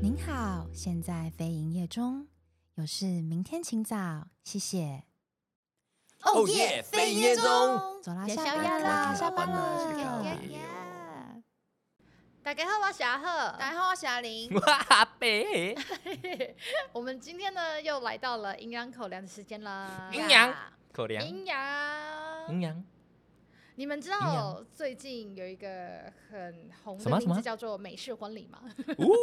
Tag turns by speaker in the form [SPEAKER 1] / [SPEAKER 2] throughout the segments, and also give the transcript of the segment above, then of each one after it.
[SPEAKER 1] 您好，现在非营业中，有事明天请早，谢谢。
[SPEAKER 2] 哦耶，飞营业中。
[SPEAKER 1] 走啦，
[SPEAKER 3] 也
[SPEAKER 1] 下
[SPEAKER 3] 宵
[SPEAKER 1] 班
[SPEAKER 3] 夜
[SPEAKER 1] 啦，
[SPEAKER 3] 啦
[SPEAKER 1] 下班
[SPEAKER 3] 下班
[SPEAKER 1] 了
[SPEAKER 3] 啦。
[SPEAKER 1] 耶
[SPEAKER 3] 大家好，我是阿赫。
[SPEAKER 4] 大家好，我是阿玲。
[SPEAKER 2] 哇北，
[SPEAKER 3] 我们今天呢又来到了营养口粮的时间啦。
[SPEAKER 2] 营养口粮，
[SPEAKER 3] 营养，
[SPEAKER 2] 营养
[SPEAKER 3] 你们知
[SPEAKER 2] 营
[SPEAKER 3] 道
[SPEAKER 2] 养
[SPEAKER 3] 最近有一个很红
[SPEAKER 2] 什
[SPEAKER 3] 的
[SPEAKER 2] 么啊什
[SPEAKER 3] 名
[SPEAKER 2] 么
[SPEAKER 3] 字叫做美式婚礼 吗？
[SPEAKER 2] 呜，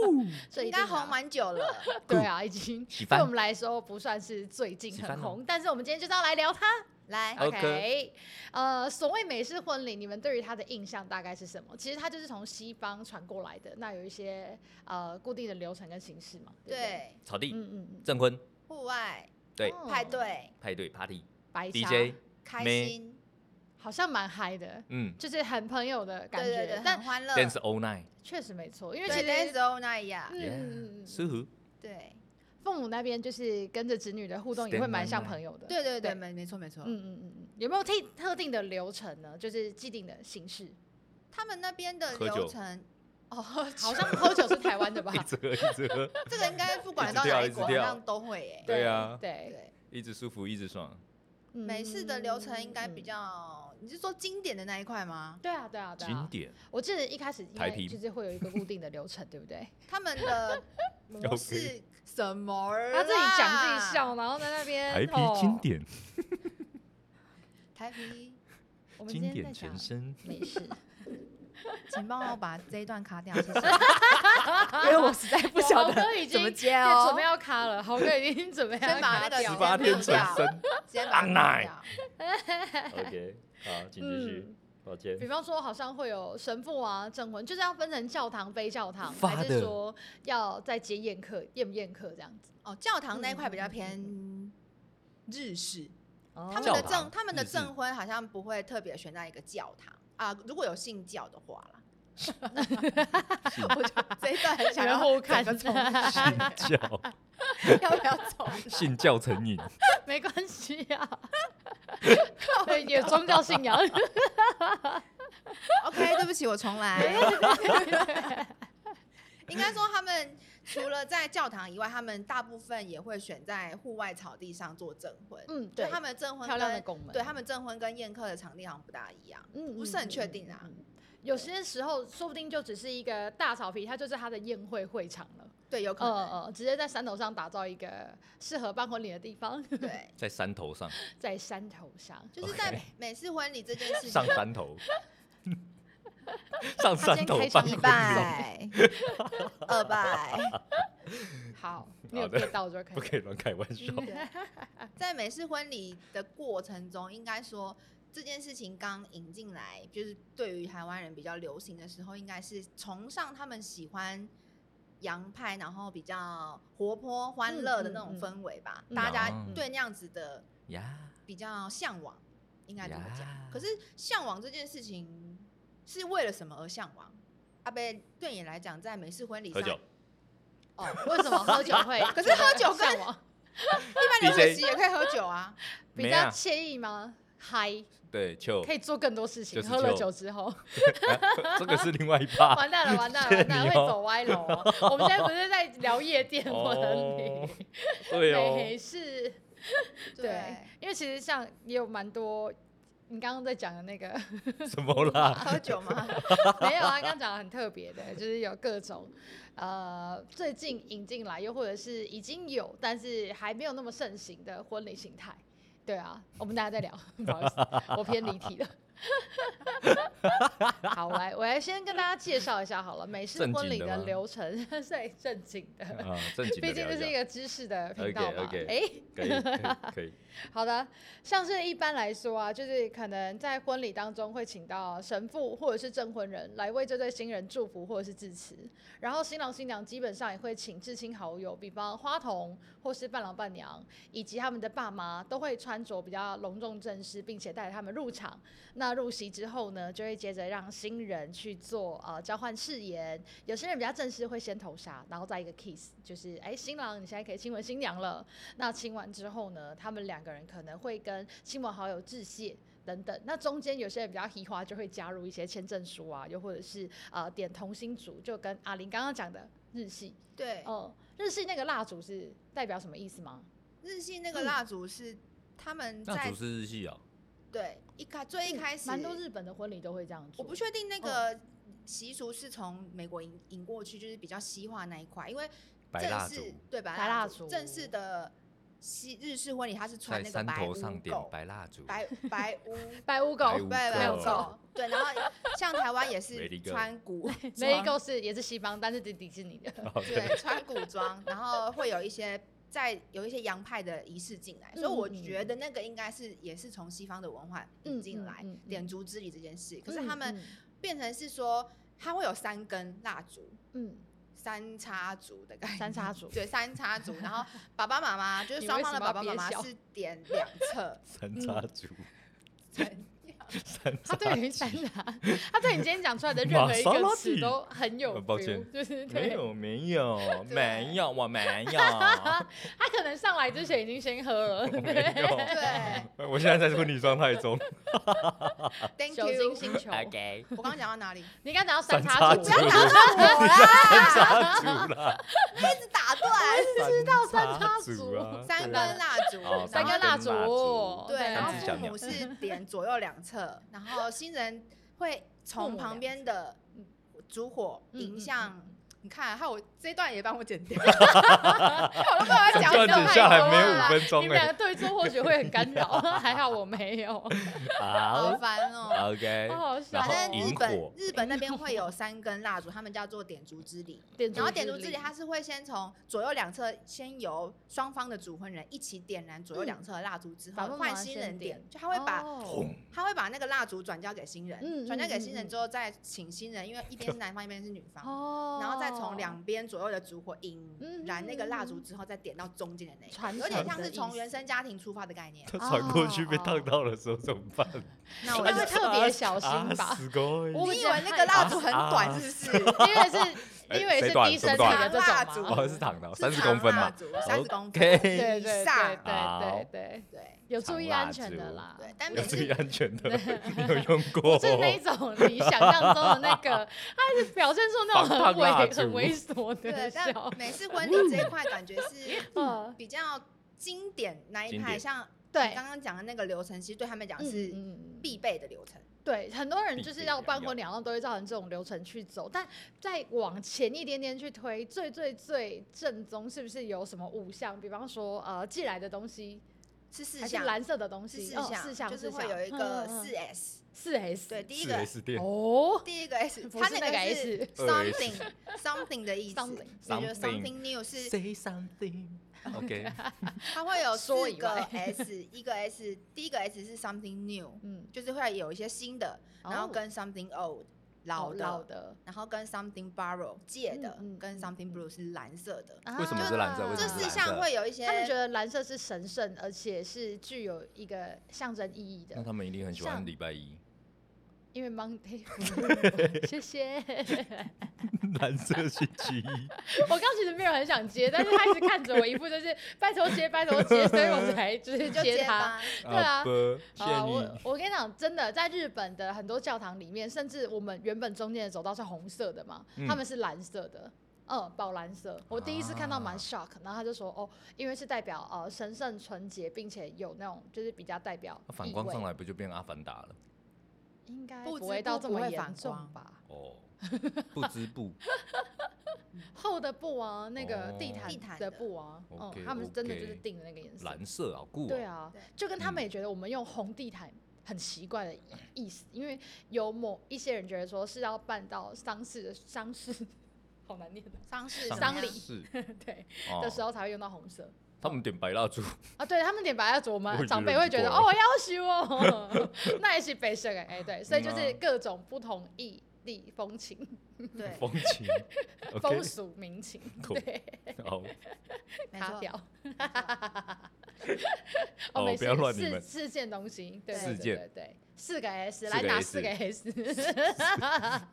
[SPEAKER 3] 这
[SPEAKER 4] 应
[SPEAKER 3] 一
[SPEAKER 4] 该
[SPEAKER 3] 定
[SPEAKER 4] 红
[SPEAKER 3] 吗？
[SPEAKER 4] 蛮久了，
[SPEAKER 3] 对啊，已经
[SPEAKER 2] 喜
[SPEAKER 3] 对
[SPEAKER 2] 欢
[SPEAKER 3] 我们来说不算是最近
[SPEAKER 2] 喜欢
[SPEAKER 3] 很
[SPEAKER 2] 哦
[SPEAKER 3] 红，但是我们今天就是要来聊 它。
[SPEAKER 4] 来，
[SPEAKER 2] OK
[SPEAKER 3] 呃，所谓美式婚礼，你们对于它的印象大概是什么？其实它就是从西方传过来的，那有一些呃固定的流程跟形式嘛，对不对？
[SPEAKER 4] 对，
[SPEAKER 2] 草地，
[SPEAKER 3] 嗯嗯嗯，
[SPEAKER 2] 证婚，
[SPEAKER 4] 户外
[SPEAKER 2] 对，
[SPEAKER 3] 哦
[SPEAKER 4] 派对，
[SPEAKER 2] 派对 party
[SPEAKER 3] 白纱
[SPEAKER 2] DJ，
[SPEAKER 4] 开
[SPEAKER 2] 没
[SPEAKER 4] 心，
[SPEAKER 3] 好像蛮嗨的，
[SPEAKER 2] 嗯
[SPEAKER 3] 就是很朋友的感
[SPEAKER 4] 对
[SPEAKER 3] 觉，
[SPEAKER 4] 对对，很
[SPEAKER 3] 但
[SPEAKER 4] 欢乐。
[SPEAKER 2] ，dance all night，
[SPEAKER 3] 确实没错，因为其
[SPEAKER 4] 对，dance
[SPEAKER 3] 实
[SPEAKER 4] all night 呀，
[SPEAKER 3] 嗯
[SPEAKER 2] Yeah，
[SPEAKER 3] 嗯嗯嗯
[SPEAKER 2] 舒服，
[SPEAKER 4] 对，
[SPEAKER 3] 父母那边就是跟着子女的互动也
[SPEAKER 2] Stand
[SPEAKER 3] 会
[SPEAKER 2] by
[SPEAKER 3] 蛮像
[SPEAKER 2] mine
[SPEAKER 3] 朋友的，
[SPEAKER 4] 对对
[SPEAKER 3] 对
[SPEAKER 4] 对，没没错没错。
[SPEAKER 3] 嗯嗯嗯嗯，有没有特特定的流程呢？就是既定的形式，
[SPEAKER 4] 他们那边的
[SPEAKER 2] 喝酒？
[SPEAKER 4] 流程，哦，
[SPEAKER 3] 好像喝酒是台湾 的吧
[SPEAKER 2] 一直喝，一直喝，
[SPEAKER 4] 这个应该不管
[SPEAKER 2] 一
[SPEAKER 4] 到
[SPEAKER 2] 直跳
[SPEAKER 4] 哪
[SPEAKER 2] 一
[SPEAKER 4] 一
[SPEAKER 2] 直
[SPEAKER 4] 国，好
[SPEAKER 2] 跳
[SPEAKER 4] 像都会耶。
[SPEAKER 2] 对啊
[SPEAKER 3] 对，
[SPEAKER 4] 对，
[SPEAKER 2] 一直舒服，一直爽，
[SPEAKER 3] 嗯
[SPEAKER 4] 美式的流程应该比。较，你是说经典的那一块吗？
[SPEAKER 3] 对啊，对啊，对
[SPEAKER 2] 经
[SPEAKER 3] 啊！
[SPEAKER 2] 典，
[SPEAKER 3] 我记得一开始应该
[SPEAKER 2] 台啤
[SPEAKER 3] 就是会有一个固定的流程，对不对？
[SPEAKER 4] 他们的模
[SPEAKER 2] OK
[SPEAKER 4] 式什么啊啦？
[SPEAKER 3] 他自己讲自己笑，然后在那边
[SPEAKER 2] 台啤
[SPEAKER 3] 哦
[SPEAKER 2] 经典，
[SPEAKER 4] 台皮，
[SPEAKER 3] 我们今
[SPEAKER 2] 经
[SPEAKER 3] 天在
[SPEAKER 2] 典
[SPEAKER 3] 讲
[SPEAKER 2] 全身，
[SPEAKER 3] 美式，
[SPEAKER 4] 请帮我把这一段卡掉，谢谢。
[SPEAKER 3] 哎
[SPEAKER 4] 因为我实在不晓
[SPEAKER 3] 豪哥已
[SPEAKER 4] 得
[SPEAKER 3] 经
[SPEAKER 4] 怎么接
[SPEAKER 3] 就
[SPEAKER 4] 哦
[SPEAKER 3] 准备。要卡了，豪哥已经准备要
[SPEAKER 4] 先把那个
[SPEAKER 3] 卡
[SPEAKER 2] 十
[SPEAKER 3] 掉了
[SPEAKER 2] 八天全身
[SPEAKER 4] 先把它
[SPEAKER 2] 按啊奶
[SPEAKER 4] 弄掉
[SPEAKER 5] OK，好，请继续
[SPEAKER 3] 嗯。
[SPEAKER 5] 抱歉
[SPEAKER 3] 比，方说，好像会有神父啊、证婚，就是要分成教堂、非教堂，
[SPEAKER 2] Father
[SPEAKER 3] 还是说要再接宴客、宴不宴客这样 子？
[SPEAKER 4] 哦，教堂那一块比较偏日式，他们
[SPEAKER 2] 教
[SPEAKER 4] 的
[SPEAKER 2] 堂
[SPEAKER 4] 证他们的
[SPEAKER 2] 日式
[SPEAKER 4] 证婚好像不会特别选在一个教堂啊，如果有信教的话啦。我就这一段很想要
[SPEAKER 3] 然后看
[SPEAKER 4] 整个重
[SPEAKER 2] 信
[SPEAKER 4] 来
[SPEAKER 2] 教，
[SPEAKER 4] 要不要重来？
[SPEAKER 2] 信教成瘾，
[SPEAKER 3] 没关系 啊，对，有宗教信 仰。
[SPEAKER 4] OK，对不起，我重
[SPEAKER 3] 哎
[SPEAKER 4] 来。应该说，他们除了在教堂以外，他们大部分也会选在户外草地上做证婚。
[SPEAKER 3] 嗯，
[SPEAKER 4] 就
[SPEAKER 3] 对，
[SPEAKER 4] 他们的证婚
[SPEAKER 3] 漂亮的
[SPEAKER 4] 跟
[SPEAKER 3] 拱门，
[SPEAKER 4] 对他们证婚跟宴客的场地好像不大一样。
[SPEAKER 3] 嗯
[SPEAKER 4] 不是很确定啊。
[SPEAKER 3] 嗯嗯嗯嗯有些时候，说不定就只是一个大草皮，它就是它的宴会会场了。
[SPEAKER 4] 对，有可
[SPEAKER 3] 呃
[SPEAKER 4] 能。
[SPEAKER 3] 呃，直接在山头上打造一个适合办婚礼的地方，
[SPEAKER 4] 对，
[SPEAKER 2] 在山头上，
[SPEAKER 3] 在山头上。
[SPEAKER 4] 就是在
[SPEAKER 2] OK
[SPEAKER 4] 美式婚礼这件 事
[SPEAKER 2] 上
[SPEAKER 4] 情。
[SPEAKER 2] 山 头，上
[SPEAKER 3] 他
[SPEAKER 2] 山
[SPEAKER 3] 今天
[SPEAKER 2] 头
[SPEAKER 3] 开
[SPEAKER 2] 办
[SPEAKER 3] 场哎
[SPEAKER 2] 婚
[SPEAKER 4] 一
[SPEAKER 3] 礼
[SPEAKER 2] 礼，
[SPEAKER 4] 拜、二拜，
[SPEAKER 3] 嗯好，你有
[SPEAKER 2] 好的
[SPEAKER 3] get 到就可 以
[SPEAKER 2] 不
[SPEAKER 3] 了。
[SPEAKER 2] 可以乱开玩笑。
[SPEAKER 4] 对，在美式婚礼的过程中，应该说这件事情刚引进来，就是对于台湾人比较流行的时候，应该是崇尚他们喜欢洋派，然后比较活泼欢乐的那种
[SPEAKER 3] 嗯嗯嗯
[SPEAKER 4] 氛围吧，
[SPEAKER 3] 嗯
[SPEAKER 4] 大家
[SPEAKER 2] 嗯
[SPEAKER 4] 对那样子的
[SPEAKER 2] 呀，
[SPEAKER 4] 比较向往，应该这么讲
[SPEAKER 2] 呀。
[SPEAKER 4] 可是向往这件事情是为了什么而向往？阿贝对你来讲，在美式婚礼
[SPEAKER 2] 喝
[SPEAKER 4] 上，
[SPEAKER 2] 酒
[SPEAKER 4] 哦，？
[SPEAKER 3] 为什么喝酒 会
[SPEAKER 4] 可是喝酒跟
[SPEAKER 3] 上网
[SPEAKER 4] 一般的会
[SPEAKER 2] DJ
[SPEAKER 4] 席也可以喝酒啊。
[SPEAKER 3] 比
[SPEAKER 2] 没
[SPEAKER 3] 较
[SPEAKER 2] 啊？
[SPEAKER 3] 惬意吗？嗨，
[SPEAKER 2] 对，就
[SPEAKER 3] 可以做更多事情。
[SPEAKER 2] 啊就是
[SPEAKER 3] 喝了
[SPEAKER 2] 就
[SPEAKER 3] 酒之后，
[SPEAKER 2] 这个是另外一趴。
[SPEAKER 3] 完蛋了，完蛋
[SPEAKER 2] 谢
[SPEAKER 3] 了，
[SPEAKER 2] 谢
[SPEAKER 3] 完蛋了，
[SPEAKER 2] 你
[SPEAKER 3] 会
[SPEAKER 2] 哦
[SPEAKER 3] 走歪楼哦。 我们现在不是在聊夜店婚
[SPEAKER 2] 哦
[SPEAKER 3] 礼，，
[SPEAKER 2] 对
[SPEAKER 3] 没
[SPEAKER 2] 哦，
[SPEAKER 3] 事。对
[SPEAKER 4] 对，
[SPEAKER 3] 因为其实像也有蛮多，你刚刚在讲的那个
[SPEAKER 2] 什么 啦？
[SPEAKER 4] 喝酒吗？
[SPEAKER 3] 没有啊，刚刚讲的很特别的， 就是有各种呃最近引进来，又或者是已经有但是还没有那么盛行的婚礼形态。对啊，我们大家再聊， 不 好意思，我偏离题了。 好，我来，我来先跟大家介绍一下好了，美式
[SPEAKER 2] 正经
[SPEAKER 3] 婚礼
[SPEAKER 2] 的
[SPEAKER 3] 的
[SPEAKER 2] 吗
[SPEAKER 3] 流程 是很正经的，
[SPEAKER 2] 啊，正经的
[SPEAKER 3] 毕竟
[SPEAKER 2] 聊一
[SPEAKER 3] 这是一
[SPEAKER 2] 下，
[SPEAKER 3] 个知识的频道嘛。
[SPEAKER 2] OK，OK
[SPEAKER 3] 诶
[SPEAKER 2] 可以可以 可以，
[SPEAKER 3] 好的，像是一般来说啊，就是可能在婚礼当中会请到神父或者是证婚人来为这对新人祝福或者是致辞，然后新郎新娘基本上也会请至亲好友，比方花童或是伴郎伴娘以及他们的爸妈都会穿着比较隆重正式，并且带着他们入场。那入席之后呢，就会接着让新人去做呃交换誓言，有些人比较正式会先投沙，然后再一个 kiss，就是哎新郎你现在可以亲吻新娘了。那亲完之后呢，他们两个人可能会跟亲朋好友致谢，等等。那中间有些人比较喜花，就会加入一些签证书啊，又或者是呃点同心烛，就跟阿玲刚刚讲的日系
[SPEAKER 4] 对，
[SPEAKER 3] 哦、日系那个蜡烛是代表什么意思吗？
[SPEAKER 4] 日系那个
[SPEAKER 3] 嗯
[SPEAKER 4] 蜡烛是他们
[SPEAKER 2] 那
[SPEAKER 4] 在
[SPEAKER 2] 主是日系哦，
[SPEAKER 4] 对一开最一开始，
[SPEAKER 3] 嗯蛮多日哦本的婚礼都会这样做。
[SPEAKER 4] 我不确定那个习俗是从美国引引过去，就是比较西化那一块，因为
[SPEAKER 2] 白
[SPEAKER 4] 正
[SPEAKER 2] 蜡
[SPEAKER 4] 式
[SPEAKER 2] 烛
[SPEAKER 4] 对白
[SPEAKER 3] 白
[SPEAKER 4] 蜡
[SPEAKER 3] 蜡
[SPEAKER 4] 烛
[SPEAKER 3] 烛
[SPEAKER 4] 正式的西日式婚礼，它是穿
[SPEAKER 2] 在
[SPEAKER 4] 那个
[SPEAKER 2] 山
[SPEAKER 4] 白
[SPEAKER 2] 头
[SPEAKER 4] 屋
[SPEAKER 2] 上点
[SPEAKER 4] 狗
[SPEAKER 2] 白蜡烛，
[SPEAKER 4] 白白 屋
[SPEAKER 3] 白乌狗，
[SPEAKER 2] 白屋狗
[SPEAKER 4] 白白屋
[SPEAKER 3] 没有
[SPEAKER 4] 狗
[SPEAKER 3] 错，
[SPEAKER 4] 对，然后像台湾也
[SPEAKER 2] 美
[SPEAKER 4] 是
[SPEAKER 2] 丽狗
[SPEAKER 4] 穿 古
[SPEAKER 3] 梅
[SPEAKER 4] 装，
[SPEAKER 3] 狗是也是西方，但是迪迪士尼的。
[SPEAKER 2] 哦，
[SPEAKER 4] 对，穿古装，然后会有一些在有一些洋派的仪式进来，所以我
[SPEAKER 3] 嗯嗯
[SPEAKER 4] 觉得那个应该是也是从西方的文化引
[SPEAKER 3] 嗯
[SPEAKER 4] 进
[SPEAKER 3] 嗯
[SPEAKER 4] 来
[SPEAKER 3] 嗯嗯
[SPEAKER 4] 点烛之礼这件事。可是他
[SPEAKER 3] 嗯
[SPEAKER 4] 们变成是说，它会有三根蜡烛，
[SPEAKER 3] 嗯，
[SPEAKER 4] 三叉烛的概念。
[SPEAKER 3] 三叉烛
[SPEAKER 4] 对，三叉烛，然后爸爸妈妈就是
[SPEAKER 3] 你
[SPEAKER 4] 双
[SPEAKER 3] 为
[SPEAKER 4] 方的
[SPEAKER 3] 什么
[SPEAKER 4] 爸
[SPEAKER 3] 要
[SPEAKER 4] 爸妈
[SPEAKER 3] 憋
[SPEAKER 4] 妈
[SPEAKER 3] 笑
[SPEAKER 4] 是点两侧
[SPEAKER 3] 嗯
[SPEAKER 2] 三 叉烛，三叉
[SPEAKER 3] 他对你三叉，他对你今天讲出来的任何一
[SPEAKER 2] 玛莎
[SPEAKER 3] 个
[SPEAKER 2] 拉
[SPEAKER 3] 词
[SPEAKER 2] 蒂呃
[SPEAKER 3] 都很有 feel，
[SPEAKER 2] 抱歉
[SPEAKER 3] 就
[SPEAKER 2] 没
[SPEAKER 3] 是对。
[SPEAKER 2] 有没 有
[SPEAKER 4] 对
[SPEAKER 2] 没有我没有
[SPEAKER 3] 他可能上来之前已经先喝了，
[SPEAKER 2] 没
[SPEAKER 3] 对，
[SPEAKER 2] 有，
[SPEAKER 4] 对
[SPEAKER 2] 我现在在婚礼状态 中。
[SPEAKER 4] ，Thank
[SPEAKER 3] 酒精
[SPEAKER 4] you。
[SPEAKER 3] 星球。
[SPEAKER 2] OK，
[SPEAKER 4] 我刚刚讲到哪里？
[SPEAKER 3] 你刚讲到
[SPEAKER 2] 三
[SPEAKER 3] 三
[SPEAKER 2] 叉
[SPEAKER 3] 叉
[SPEAKER 2] 烛，
[SPEAKER 3] 烛
[SPEAKER 2] 你，三叉烛啦，
[SPEAKER 4] 一直打断，
[SPEAKER 2] 知道三
[SPEAKER 3] 叉
[SPEAKER 2] 烛啊，
[SPEAKER 4] 三根蜡烛
[SPEAKER 2] 哦，
[SPEAKER 3] 三
[SPEAKER 4] 然后
[SPEAKER 3] 根蜡烛
[SPEAKER 2] 三根蜡烛，
[SPEAKER 4] 对，然后
[SPEAKER 2] 上次讲
[SPEAKER 4] 父母是点左右两侧，然后新人会从旁边的
[SPEAKER 3] 嗯
[SPEAKER 4] 烛火
[SPEAKER 3] 嗯
[SPEAKER 4] 迎
[SPEAKER 3] 嗯
[SPEAKER 4] 向
[SPEAKER 3] 嗯。
[SPEAKER 4] 你看，还有我这一段也帮 我剪掉，我都不知道要
[SPEAKER 2] 这
[SPEAKER 4] 讲
[SPEAKER 2] 样
[SPEAKER 4] 什么
[SPEAKER 2] 啊子下来没有
[SPEAKER 3] 太多了
[SPEAKER 2] 五分
[SPEAKER 3] 你
[SPEAKER 2] 钟
[SPEAKER 3] 们两
[SPEAKER 2] 哎
[SPEAKER 3] 个，对坐或许会很干扰，还好我没有，
[SPEAKER 4] 好
[SPEAKER 2] 好
[SPEAKER 4] 烦哦。
[SPEAKER 2] 啊，OK，
[SPEAKER 3] 好好笑
[SPEAKER 2] 然
[SPEAKER 4] 反
[SPEAKER 2] 后
[SPEAKER 4] 正日
[SPEAKER 2] 引
[SPEAKER 4] 本
[SPEAKER 2] 火，
[SPEAKER 4] 日本那边会有三根蜡烛，他们叫做点烛之礼。
[SPEAKER 3] 点
[SPEAKER 4] 然后
[SPEAKER 3] 烛
[SPEAKER 4] 点烛之
[SPEAKER 3] 之
[SPEAKER 4] 礼，它是会先从左右两侧，先由双方的主婚人一起点燃左右两侧的蜡烛之
[SPEAKER 3] 嗯把
[SPEAKER 4] 后，
[SPEAKER 3] 爸
[SPEAKER 4] 换
[SPEAKER 3] 妈
[SPEAKER 4] 新
[SPEAKER 3] 先
[SPEAKER 4] 人点
[SPEAKER 3] 点，
[SPEAKER 4] 就他会把
[SPEAKER 3] 哦
[SPEAKER 2] 轰，
[SPEAKER 4] 他会把那个蜡烛转交给新人，
[SPEAKER 3] 嗯
[SPEAKER 4] 转交给新
[SPEAKER 3] 嗯
[SPEAKER 4] 人
[SPEAKER 3] 嗯
[SPEAKER 4] 之后再请新人，因为一边是男方，一边是女方，
[SPEAKER 3] 哦
[SPEAKER 4] 然后再从两边左右的烛火引
[SPEAKER 3] 嗯
[SPEAKER 4] 燃那个蜡烛
[SPEAKER 3] 嗯嗯
[SPEAKER 4] 之后，再点到中间的那一
[SPEAKER 3] 传
[SPEAKER 4] 个，有点
[SPEAKER 3] 承
[SPEAKER 4] 像
[SPEAKER 3] 的
[SPEAKER 4] 是
[SPEAKER 3] 意
[SPEAKER 4] 从
[SPEAKER 3] 思
[SPEAKER 4] 原生家庭出发的概念。
[SPEAKER 2] 他转过去被
[SPEAKER 3] 哦
[SPEAKER 2] 烫到的时候怎么办？
[SPEAKER 4] 那我
[SPEAKER 3] 那
[SPEAKER 4] 就
[SPEAKER 3] 会特别小心吧
[SPEAKER 2] 啊死狗！
[SPEAKER 3] 我
[SPEAKER 4] 你以为那个蜡烛很
[SPEAKER 3] 啊
[SPEAKER 4] 短是不是？
[SPEAKER 3] 因为是，
[SPEAKER 2] 哎
[SPEAKER 3] 因为
[SPEAKER 2] 谁
[SPEAKER 3] 是
[SPEAKER 2] 短
[SPEAKER 3] 低
[SPEAKER 2] 谁
[SPEAKER 3] 身
[SPEAKER 2] 短
[SPEAKER 3] 体的这
[SPEAKER 4] 蜡
[SPEAKER 3] 种
[SPEAKER 4] 烛
[SPEAKER 3] 嘛，
[SPEAKER 2] 哦，是躺的，三
[SPEAKER 4] 是
[SPEAKER 2] 十
[SPEAKER 4] 长
[SPEAKER 2] 公分嘛
[SPEAKER 3] 啊
[SPEAKER 4] 蜡，烛，三十公分
[SPEAKER 2] OK
[SPEAKER 3] 对对对
[SPEAKER 4] 以上。
[SPEAKER 3] 对
[SPEAKER 2] 好
[SPEAKER 3] 对对，
[SPEAKER 4] 对
[SPEAKER 3] 有注意
[SPEAKER 2] 长
[SPEAKER 3] 安
[SPEAKER 2] 蜡
[SPEAKER 3] 全的
[SPEAKER 2] 烛
[SPEAKER 3] 啦，
[SPEAKER 4] 对，但
[SPEAKER 2] 有
[SPEAKER 4] 每
[SPEAKER 2] 注意
[SPEAKER 4] 次
[SPEAKER 2] 安全的，你有用过？哦
[SPEAKER 3] 是那一种你想象中的那个，他是表现出那种很
[SPEAKER 2] 放大蜡
[SPEAKER 3] 猥
[SPEAKER 2] 烛
[SPEAKER 3] 很猥琐
[SPEAKER 4] 对
[SPEAKER 3] 的，笑
[SPEAKER 4] 但，每次婚礼这一块感觉是
[SPEAKER 3] 嗯，
[SPEAKER 4] 比较经典那一
[SPEAKER 2] 经
[SPEAKER 4] 派，
[SPEAKER 2] 典
[SPEAKER 4] 像
[SPEAKER 3] 对
[SPEAKER 4] 你刚刚讲的那个流程，其实对他们讲
[SPEAKER 3] 嗯
[SPEAKER 4] 是
[SPEAKER 3] 嗯嗯
[SPEAKER 4] 必备的流程。
[SPEAKER 3] 对，很多人
[SPEAKER 2] 必
[SPEAKER 3] 就是
[SPEAKER 2] 备
[SPEAKER 3] 要
[SPEAKER 2] 要
[SPEAKER 3] 办
[SPEAKER 2] 要
[SPEAKER 3] 婚礼，然后都会照成这种流程去走。但再往前一点点去推，最最最正宗是不是有什么五项？比方说，呃，寄来的东西
[SPEAKER 4] 是四
[SPEAKER 3] 还是
[SPEAKER 4] 项，
[SPEAKER 3] 蓝色的东
[SPEAKER 4] 是
[SPEAKER 3] 西，
[SPEAKER 4] 四
[SPEAKER 3] 哦
[SPEAKER 4] 项，
[SPEAKER 3] 四项，
[SPEAKER 4] 就是
[SPEAKER 3] 四
[SPEAKER 4] 会
[SPEAKER 3] 项
[SPEAKER 4] 有一个
[SPEAKER 3] 嗯嗯嗯
[SPEAKER 4] 四 S，
[SPEAKER 3] 四 S，
[SPEAKER 4] 对，第一
[SPEAKER 2] 四
[SPEAKER 4] 个
[SPEAKER 2] S 店
[SPEAKER 3] 哦，
[SPEAKER 4] 第一个 S，
[SPEAKER 3] 不
[SPEAKER 4] 它
[SPEAKER 3] 是那个
[SPEAKER 4] 个
[SPEAKER 3] S
[SPEAKER 4] something something 的意思
[SPEAKER 3] Something，
[SPEAKER 4] 所以就
[SPEAKER 2] Something
[SPEAKER 4] 是 something new 是
[SPEAKER 2] ，Say something，OK，
[SPEAKER 3] 啊
[SPEAKER 4] 它会有
[SPEAKER 3] 说
[SPEAKER 4] 四
[SPEAKER 3] 以
[SPEAKER 4] 个
[SPEAKER 3] 外
[SPEAKER 4] S，一 个 S，第一个 S 是 something new，
[SPEAKER 3] 嗯，
[SPEAKER 4] 就是会有一些新的，然后
[SPEAKER 3] 哦
[SPEAKER 4] 跟 something old
[SPEAKER 3] 老
[SPEAKER 4] 老
[SPEAKER 3] 老
[SPEAKER 4] 的，
[SPEAKER 3] 的，
[SPEAKER 4] 然后跟 something borrow 借的
[SPEAKER 3] 嗯嗯，
[SPEAKER 4] 跟
[SPEAKER 3] 嗯
[SPEAKER 4] something
[SPEAKER 3] 嗯
[SPEAKER 4] blue 是蓝色的。
[SPEAKER 2] 为什么是蓝色为
[SPEAKER 4] 啊这
[SPEAKER 2] 什么是
[SPEAKER 4] 四
[SPEAKER 2] 嗯蓝
[SPEAKER 4] 项
[SPEAKER 2] 色
[SPEAKER 4] 会有一些
[SPEAKER 3] 他们觉得蓝色是神圣，而且是具有一个象征意义
[SPEAKER 2] 那
[SPEAKER 3] 的，
[SPEAKER 2] 他们一定很喜欢礼拜一，
[SPEAKER 3] 因为 Monday，谢 谢。
[SPEAKER 2] 蓝色星期一。
[SPEAKER 3] 我刚其实没有很想接，但是他一直看着我，一副就是拜托接，拜托接，所以 我才就是
[SPEAKER 4] 就
[SPEAKER 3] 接
[SPEAKER 4] 接
[SPEAKER 3] 他。
[SPEAKER 4] 吧，
[SPEAKER 3] 对啊
[SPEAKER 2] 阿伯，谢
[SPEAKER 3] 啊，我
[SPEAKER 2] 你。
[SPEAKER 3] 我跟你讲，真的，在日本的很多教堂里面，甚至我们原本中间的走道是红色的嘛，
[SPEAKER 2] 嗯
[SPEAKER 3] 他们是蓝色的，嗯，宝蓝色。我第一次看到蛮
[SPEAKER 2] 啊
[SPEAKER 3] shock，然后他就说，哦，因为是代表呃神圣纯洁，并且有那种就是比较代表
[SPEAKER 2] 那哦反
[SPEAKER 3] 意
[SPEAKER 2] 光
[SPEAKER 3] 味
[SPEAKER 2] 上，来不就变阿凡达了？
[SPEAKER 3] 应该
[SPEAKER 4] 不
[SPEAKER 3] 不
[SPEAKER 4] 知
[SPEAKER 3] 会
[SPEAKER 4] 不
[SPEAKER 3] 到
[SPEAKER 4] 不
[SPEAKER 3] 这么
[SPEAKER 4] 会
[SPEAKER 3] 严
[SPEAKER 4] 反
[SPEAKER 3] 重
[SPEAKER 4] 光
[SPEAKER 3] 吧？
[SPEAKER 2] 哦，不知不
[SPEAKER 3] 厚的布啊，那个地
[SPEAKER 2] 哦
[SPEAKER 3] 毯
[SPEAKER 4] 地毯
[SPEAKER 3] 的
[SPEAKER 4] 的
[SPEAKER 3] 布啊，嗯，
[SPEAKER 2] OK，
[SPEAKER 3] 他们真的就是
[SPEAKER 2] OK
[SPEAKER 3] 定的那个颜色。
[SPEAKER 2] 蓝色好酷哦。
[SPEAKER 3] 对啊
[SPEAKER 4] 对，
[SPEAKER 3] 就跟他们
[SPEAKER 2] 嗯
[SPEAKER 3] 也觉得我们用红地毯很奇怪的意思，因为有某一些人觉得说是要办到丧事的 丧事，好难念的，
[SPEAKER 4] 丧事
[SPEAKER 2] 丧
[SPEAKER 4] 怎么
[SPEAKER 3] 礼
[SPEAKER 4] 样
[SPEAKER 2] 事
[SPEAKER 3] 对、
[SPEAKER 2] 哦
[SPEAKER 3] 的时候才会用到红色
[SPEAKER 2] 他们点白蜡烛，
[SPEAKER 3] 啊。对他们点白蜡烛，我
[SPEAKER 2] 我
[SPEAKER 3] 们
[SPEAKER 2] 也
[SPEAKER 3] 长
[SPEAKER 2] 觉得
[SPEAKER 3] 辈
[SPEAKER 2] 很
[SPEAKER 3] 会
[SPEAKER 2] 奇
[SPEAKER 3] 觉得
[SPEAKER 2] 怪
[SPEAKER 3] 哦，要修哦， 那也是白色哎，哎对，所以就是
[SPEAKER 2] 嗯啊
[SPEAKER 3] 各种不同异地风情、
[SPEAKER 4] 对，
[SPEAKER 2] 风 情，OK，哦
[SPEAKER 3] 风俗民情，
[SPEAKER 2] Cool
[SPEAKER 3] 对，
[SPEAKER 2] 好，
[SPEAKER 4] 没
[SPEAKER 3] 卡
[SPEAKER 4] 错。
[SPEAKER 3] 掉。
[SPEAKER 2] 哦
[SPEAKER 3] 没
[SPEAKER 2] 不
[SPEAKER 3] 事
[SPEAKER 2] 要乱
[SPEAKER 3] 四
[SPEAKER 2] 你们
[SPEAKER 3] 四件东西，对，对
[SPEAKER 2] 四
[SPEAKER 3] 对
[SPEAKER 2] 件
[SPEAKER 3] 对对，四个 S，
[SPEAKER 2] 四
[SPEAKER 3] 来
[SPEAKER 2] 个
[SPEAKER 3] 打
[SPEAKER 2] S
[SPEAKER 3] 四个 S，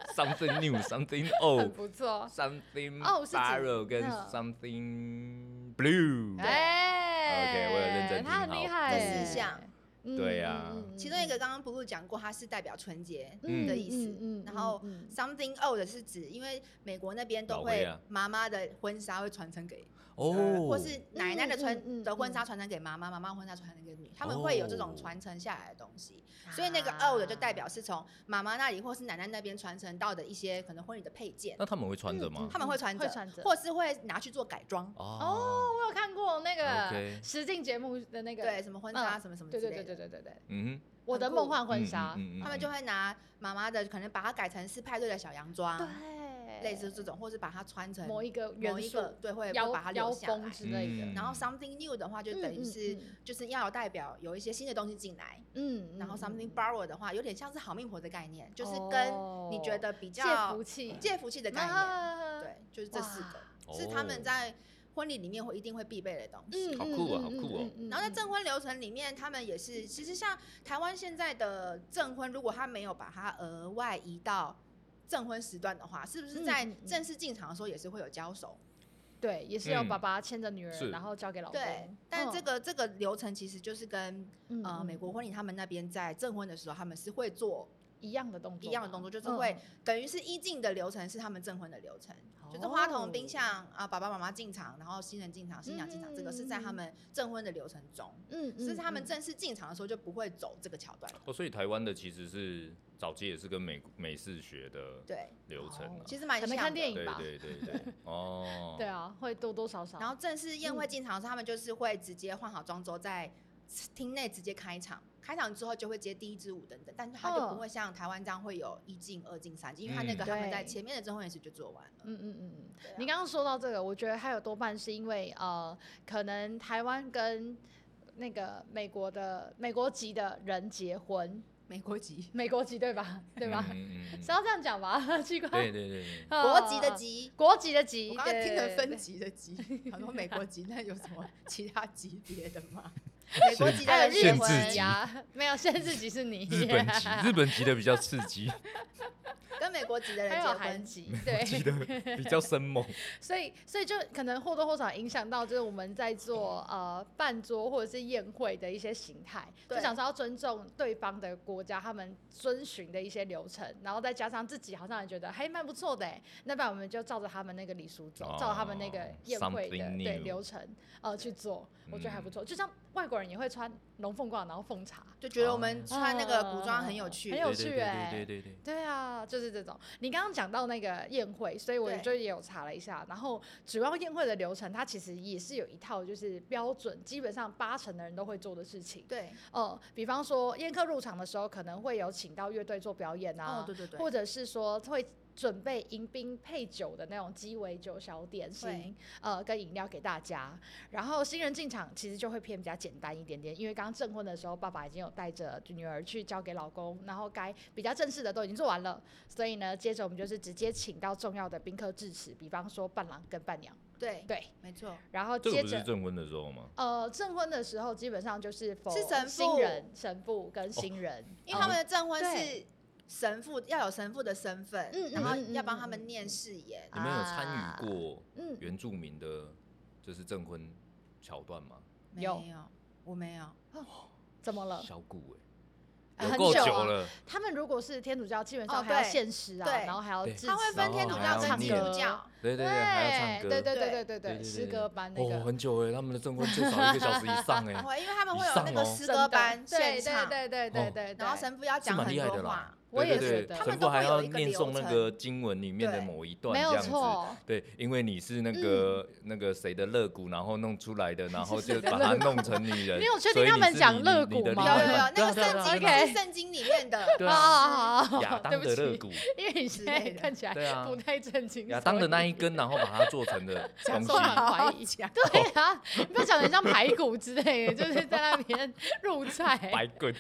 [SPEAKER 2] something new，something
[SPEAKER 3] 很
[SPEAKER 2] old。
[SPEAKER 3] 不错。
[SPEAKER 2] Something
[SPEAKER 3] 哦是指
[SPEAKER 2] borrow 跟
[SPEAKER 3] 嗯
[SPEAKER 2] something blue，
[SPEAKER 3] 哎
[SPEAKER 2] 嗯 OK，我有认真听
[SPEAKER 3] 他很
[SPEAKER 2] 好
[SPEAKER 3] 厉
[SPEAKER 2] 这
[SPEAKER 3] 害
[SPEAKER 4] 四
[SPEAKER 3] 耶，
[SPEAKER 4] 项
[SPEAKER 3] 嗯
[SPEAKER 2] 对呀
[SPEAKER 3] 嗯嗯
[SPEAKER 4] 其中一个刚刚 blue 讲过，它是代表纯洁
[SPEAKER 2] 嗯
[SPEAKER 4] 的意思。
[SPEAKER 3] 嗯嗯嗯
[SPEAKER 4] 然后
[SPEAKER 3] 嗯嗯
[SPEAKER 4] something old 是指，因为美国那边都
[SPEAKER 2] 老灰
[SPEAKER 4] 会
[SPEAKER 2] 啊
[SPEAKER 4] 妈妈的婚纱会传承给，
[SPEAKER 2] 哦，
[SPEAKER 4] 呃或是奶奶的
[SPEAKER 3] 嗯
[SPEAKER 4] 传、
[SPEAKER 3] 嗯嗯
[SPEAKER 4] 的婚纱
[SPEAKER 3] 嗯
[SPEAKER 4] 传承给妈妈，妈妈婚纱传承给女，他们会有这
[SPEAKER 2] 哦
[SPEAKER 4] 种传承下来的东西。所以那个
[SPEAKER 3] 啊
[SPEAKER 4] old 就代表是从妈妈那里或是奶奶那边传承到的一些可能婚礼的配件，
[SPEAKER 2] 那他们会穿着
[SPEAKER 3] 嗯
[SPEAKER 2] 吗
[SPEAKER 4] 他？们会穿
[SPEAKER 3] 会
[SPEAKER 4] 着，
[SPEAKER 3] 穿着
[SPEAKER 4] 或是会拿去做改装。
[SPEAKER 2] 哦，
[SPEAKER 3] 我有看过那个
[SPEAKER 2] OK
[SPEAKER 3] 实境节目的那个，
[SPEAKER 4] 对，什么婚纱
[SPEAKER 3] 嗯
[SPEAKER 4] 什么什么之
[SPEAKER 3] 对对
[SPEAKER 4] 类
[SPEAKER 3] 对
[SPEAKER 4] 的，
[SPEAKER 3] 对对对对，
[SPEAKER 2] 嗯
[SPEAKER 3] 我的梦幻
[SPEAKER 2] 哼，
[SPEAKER 3] 婚纱，
[SPEAKER 2] 嗯嗯嗯嗯
[SPEAKER 4] 他们就会拿妈妈的，可能把它改成是派对的小洋
[SPEAKER 2] 嗯
[SPEAKER 4] 装，
[SPEAKER 3] 对，
[SPEAKER 4] 类似这种，或是把它穿成
[SPEAKER 3] 某一个
[SPEAKER 4] 某
[SPEAKER 3] 元
[SPEAKER 4] 一
[SPEAKER 3] 素
[SPEAKER 4] 个，对，会会
[SPEAKER 3] 妖
[SPEAKER 4] 把它
[SPEAKER 3] 妖
[SPEAKER 4] 留下
[SPEAKER 3] 风
[SPEAKER 4] 来。
[SPEAKER 3] 之类的，
[SPEAKER 2] 嗯
[SPEAKER 4] 然后 something new 的话，就
[SPEAKER 3] 嗯
[SPEAKER 4] 等于
[SPEAKER 3] 嗯
[SPEAKER 4] 是
[SPEAKER 3] 嗯
[SPEAKER 4] 就是要有代表有一些新的东西进来。
[SPEAKER 3] 嗯
[SPEAKER 4] 然后 something
[SPEAKER 3] 包
[SPEAKER 4] borrow 的话，有点像是好命婆的概念，就是跟你觉得比
[SPEAKER 3] 借
[SPEAKER 4] 较
[SPEAKER 3] 福气，
[SPEAKER 4] 借福气的概念。
[SPEAKER 3] 啊，
[SPEAKER 4] 对，就是这四个
[SPEAKER 2] 哇
[SPEAKER 4] 是他们
[SPEAKER 2] 哦
[SPEAKER 4] 在婚礼里面会一定会必备的东西。
[SPEAKER 3] 嗯，
[SPEAKER 2] 好酷啊好酷哦
[SPEAKER 3] 嗯
[SPEAKER 4] 然后在证
[SPEAKER 3] 嗯
[SPEAKER 4] 婚流程里面，他们也是，其实像台湾现在的证婚，如果他没有把它额外移到证婚时段的话，是不是
[SPEAKER 3] 嗯
[SPEAKER 4] 在
[SPEAKER 3] 嗯嗯
[SPEAKER 4] 正式进场的时候也是会有交手？
[SPEAKER 3] 对，也是要
[SPEAKER 2] 嗯
[SPEAKER 3] 爸爸牵着女儿，
[SPEAKER 2] 是
[SPEAKER 3] 然后交给老公，
[SPEAKER 4] 对，但这
[SPEAKER 3] 嗯
[SPEAKER 4] 个这个流程其实就是跟
[SPEAKER 3] 嗯
[SPEAKER 4] 呃
[SPEAKER 3] 嗯
[SPEAKER 4] 美国婚礼他们那边在证婚的时候，他们是会做
[SPEAKER 3] 一样的动作吧，
[SPEAKER 4] 一样的动作，就是
[SPEAKER 3] 嗯
[SPEAKER 4] 会等于是一进的流程是他们证婚的流程，就是花
[SPEAKER 3] 哦
[SPEAKER 4] 童、冰箱啊，爸爸妈妈进场，然后新人进场、新娘进场，这个是在他们证婚的流程中，
[SPEAKER 3] 嗯，嗯
[SPEAKER 4] 是他们
[SPEAKER 3] 嗯
[SPEAKER 4] 正式进场的时候就不会走这个桥段了。
[SPEAKER 2] 哦，所以台湾的其实是早期也是跟美美式学的
[SPEAKER 4] 对，
[SPEAKER 2] 流程啊，
[SPEAKER 4] 其实蛮
[SPEAKER 3] 可
[SPEAKER 4] 像
[SPEAKER 3] 能
[SPEAKER 4] 的。
[SPEAKER 3] 看电影
[SPEAKER 2] 对
[SPEAKER 3] 吧，
[SPEAKER 2] 对对对，哦，
[SPEAKER 3] 对啊，会多多少少，
[SPEAKER 4] 然后正式宴
[SPEAKER 3] 嗯
[SPEAKER 4] 会进场的时候，他们就是会直接换好妆之后，在厅内直接开场。开场之后就会接第一支舞等等，但是他就
[SPEAKER 3] 嗯
[SPEAKER 4] 不会像台湾这样会有一进、二进、三进，因为他那个
[SPEAKER 2] 嗯
[SPEAKER 4] 他们在
[SPEAKER 3] 对
[SPEAKER 4] 前面的证婚仪式就做完了。
[SPEAKER 3] 嗯嗯嗯嗯，
[SPEAKER 4] 对啊
[SPEAKER 3] 你刚刚说到这个，我觉得还有多半是因为呃，可能台湾跟那个美国的美国籍的人结婚，
[SPEAKER 4] 美国籍，
[SPEAKER 3] 美国籍对吧？ 对吧？
[SPEAKER 2] 嗯嗯嗯
[SPEAKER 3] 是要这样讲吧？ 奇怪，
[SPEAKER 2] 对对对对，
[SPEAKER 3] 呃
[SPEAKER 4] 国籍的，籍，
[SPEAKER 3] 国籍的籍，
[SPEAKER 4] 我刚刚
[SPEAKER 3] 对
[SPEAKER 4] 听
[SPEAKER 3] 对
[SPEAKER 4] 成
[SPEAKER 3] 对
[SPEAKER 4] 分
[SPEAKER 3] 对
[SPEAKER 4] 级的级，很多美国级，那有什 么其他级别的吗？美国级
[SPEAKER 3] 还
[SPEAKER 4] 的结
[SPEAKER 3] 有日
[SPEAKER 2] 限制
[SPEAKER 3] 本
[SPEAKER 4] 婚
[SPEAKER 3] 籍啊， 没有限制级是你，
[SPEAKER 2] 日本籍，日本籍的比较刺 激，
[SPEAKER 4] 跟美国籍的
[SPEAKER 3] 还
[SPEAKER 4] 人
[SPEAKER 3] 有
[SPEAKER 4] 结
[SPEAKER 3] 韩
[SPEAKER 4] 婚，
[SPEAKER 3] 籍，对，
[SPEAKER 2] 记得比较生猛，
[SPEAKER 3] 所以，所以就可能或多或少影响到，就是我们在做
[SPEAKER 2] 嗯
[SPEAKER 3] 呃办桌或者是宴会的一些形态，就
[SPEAKER 4] 对
[SPEAKER 3] 想说要尊重对方的国家，他们遵循的一些流程，然后再加上自己好像也觉得还蛮不错的欸，那不然我们就照着他们那个礼俗走，
[SPEAKER 2] 哦
[SPEAKER 3] 照他们那个宴会的
[SPEAKER 2] something
[SPEAKER 3] 对
[SPEAKER 2] new 嗯
[SPEAKER 3] 流程呃去做，我觉得还不错。就像外国人也会穿龙凤褂，然后奉茶，
[SPEAKER 4] 就觉得我们穿那个古装很有
[SPEAKER 3] 很
[SPEAKER 4] 趣。
[SPEAKER 3] 哦有
[SPEAKER 2] 对对
[SPEAKER 3] 趣
[SPEAKER 2] 对
[SPEAKER 3] 哎
[SPEAKER 2] 对对对对，
[SPEAKER 3] 对啊，就是这种。你刚刚讲到那个宴会，所以我
[SPEAKER 4] 对
[SPEAKER 3] 就也有查了一下。然后主要宴会的流程，它其实也是有一套就是标准，基本上八成的人都会做的事情。
[SPEAKER 4] 对，
[SPEAKER 3] 呃，比方说宴客入场的时候，可能会有请到乐队做表演啊，
[SPEAKER 4] 哦，对对对，
[SPEAKER 3] 或者是说会准备迎宾配酒的那种鸡尾酒小点
[SPEAKER 4] 会
[SPEAKER 3] 心，呃，跟饮料给大家。然后新人进场其实就会偏比较简单一点点，因为刚刚证婚的时候，爸爸已经有带着女儿去交给老公，然后该比较正式的都已经做完了，所以呢，接着我们就是直接请到重要的宾客致辞，比方说伴郎跟伴娘，
[SPEAKER 4] 对，
[SPEAKER 3] 对，
[SPEAKER 4] 没错，
[SPEAKER 3] 然后
[SPEAKER 2] 这个
[SPEAKER 3] 接
[SPEAKER 2] 不是
[SPEAKER 3] 着。
[SPEAKER 2] 证婚的时候吗？
[SPEAKER 3] 呃，证婚的时候基本上就是否
[SPEAKER 4] 是神父
[SPEAKER 3] 新人、神父跟新人，
[SPEAKER 4] 因为他
[SPEAKER 2] 哦
[SPEAKER 4] 们的证婚是
[SPEAKER 3] 对
[SPEAKER 4] 神父要有神父的身份
[SPEAKER 3] 嗯，
[SPEAKER 4] 然后
[SPEAKER 3] 嗯嗯
[SPEAKER 4] 要
[SPEAKER 3] 嗯
[SPEAKER 4] 帮他
[SPEAKER 3] 嗯
[SPEAKER 4] 们念誓言。
[SPEAKER 2] 你们有参与过
[SPEAKER 3] 嗯，
[SPEAKER 2] 原住民的，就是证婚桥段吗？
[SPEAKER 4] 没
[SPEAKER 3] 有
[SPEAKER 4] 有，我没有。
[SPEAKER 3] 怎么了？
[SPEAKER 2] 小谷哎、
[SPEAKER 3] 呃
[SPEAKER 2] 有
[SPEAKER 3] 很
[SPEAKER 2] 够
[SPEAKER 3] 久
[SPEAKER 2] 呃久
[SPEAKER 3] 啊
[SPEAKER 2] 了，
[SPEAKER 3] 他们如果是天主教，基本上
[SPEAKER 4] 哦
[SPEAKER 3] 还要
[SPEAKER 4] 对
[SPEAKER 3] 限时啊，
[SPEAKER 4] 对
[SPEAKER 3] 然后还要
[SPEAKER 2] 对
[SPEAKER 3] 致
[SPEAKER 4] 他会
[SPEAKER 3] 辞
[SPEAKER 4] 分天
[SPEAKER 2] 然
[SPEAKER 4] 主
[SPEAKER 2] 后
[SPEAKER 4] 教
[SPEAKER 2] 还要
[SPEAKER 4] 跟基督
[SPEAKER 2] 念
[SPEAKER 4] 教，
[SPEAKER 2] 对对对，还要唱歌，
[SPEAKER 3] 对对对
[SPEAKER 4] 对
[SPEAKER 3] 对
[SPEAKER 2] 对
[SPEAKER 3] 对诗歌班那
[SPEAKER 2] 哦，
[SPEAKER 3] 个。
[SPEAKER 2] 很久哎，他们的证婚最少一个小时以上哎，
[SPEAKER 4] 会，因为他们会有
[SPEAKER 2] 以上
[SPEAKER 4] 那个
[SPEAKER 2] 哦
[SPEAKER 4] 诗
[SPEAKER 3] 真
[SPEAKER 4] 歌
[SPEAKER 3] 的
[SPEAKER 4] 班
[SPEAKER 3] 对
[SPEAKER 4] 现
[SPEAKER 3] 对
[SPEAKER 4] 场，
[SPEAKER 3] 对对对
[SPEAKER 2] 哦
[SPEAKER 3] 对，对
[SPEAKER 4] 然后神父要
[SPEAKER 2] 是
[SPEAKER 4] 讲
[SPEAKER 2] 蛮
[SPEAKER 4] 很
[SPEAKER 2] 厉害的
[SPEAKER 4] 多
[SPEAKER 2] 啦
[SPEAKER 4] 话。。
[SPEAKER 3] 我也
[SPEAKER 2] 对对
[SPEAKER 3] 觉得
[SPEAKER 2] 对
[SPEAKER 3] 他们
[SPEAKER 2] 神
[SPEAKER 4] 都
[SPEAKER 2] 父还
[SPEAKER 4] 会有
[SPEAKER 2] 要
[SPEAKER 4] 一个
[SPEAKER 2] 念
[SPEAKER 4] 流
[SPEAKER 2] 诵那
[SPEAKER 4] 程
[SPEAKER 2] 个经文里面的
[SPEAKER 4] 对
[SPEAKER 2] 某一段，
[SPEAKER 3] 没有
[SPEAKER 2] 这样子。
[SPEAKER 3] 错，
[SPEAKER 2] 对，因为你是那个、
[SPEAKER 3] 嗯
[SPEAKER 2] 那个谁的肋骨，然后弄出来的，然后就把它弄成女人。
[SPEAKER 3] 你有确
[SPEAKER 2] 所以
[SPEAKER 3] 定他们
[SPEAKER 2] 是
[SPEAKER 3] 讲
[SPEAKER 2] 你
[SPEAKER 3] 肋
[SPEAKER 2] 你你的
[SPEAKER 3] 骨
[SPEAKER 2] 另
[SPEAKER 4] 有
[SPEAKER 3] 吗
[SPEAKER 2] 外
[SPEAKER 4] 有
[SPEAKER 2] 一半，
[SPEAKER 4] 有那个
[SPEAKER 2] 对啊
[SPEAKER 4] 圣
[SPEAKER 2] 对啊
[SPEAKER 4] 经
[SPEAKER 2] 对啊
[SPEAKER 4] 是圣经里面的，
[SPEAKER 2] 对
[SPEAKER 3] 啊
[SPEAKER 2] 啊，
[SPEAKER 3] 啊 啊！
[SPEAKER 2] 亚
[SPEAKER 3] 啊对
[SPEAKER 2] 当
[SPEAKER 3] 不
[SPEAKER 2] 的肋
[SPEAKER 3] 起，
[SPEAKER 2] 骨，
[SPEAKER 3] 因为你现在看起来
[SPEAKER 2] 对啊
[SPEAKER 3] 不太正经。
[SPEAKER 2] 亚当的那一
[SPEAKER 3] 所以
[SPEAKER 2] 根，然后把它做成的东 西
[SPEAKER 3] 充。满怀疑
[SPEAKER 4] 讲。
[SPEAKER 3] 对啊，你不要讲的像排骨之类的，就是在那边入菜。
[SPEAKER 2] 白 棍，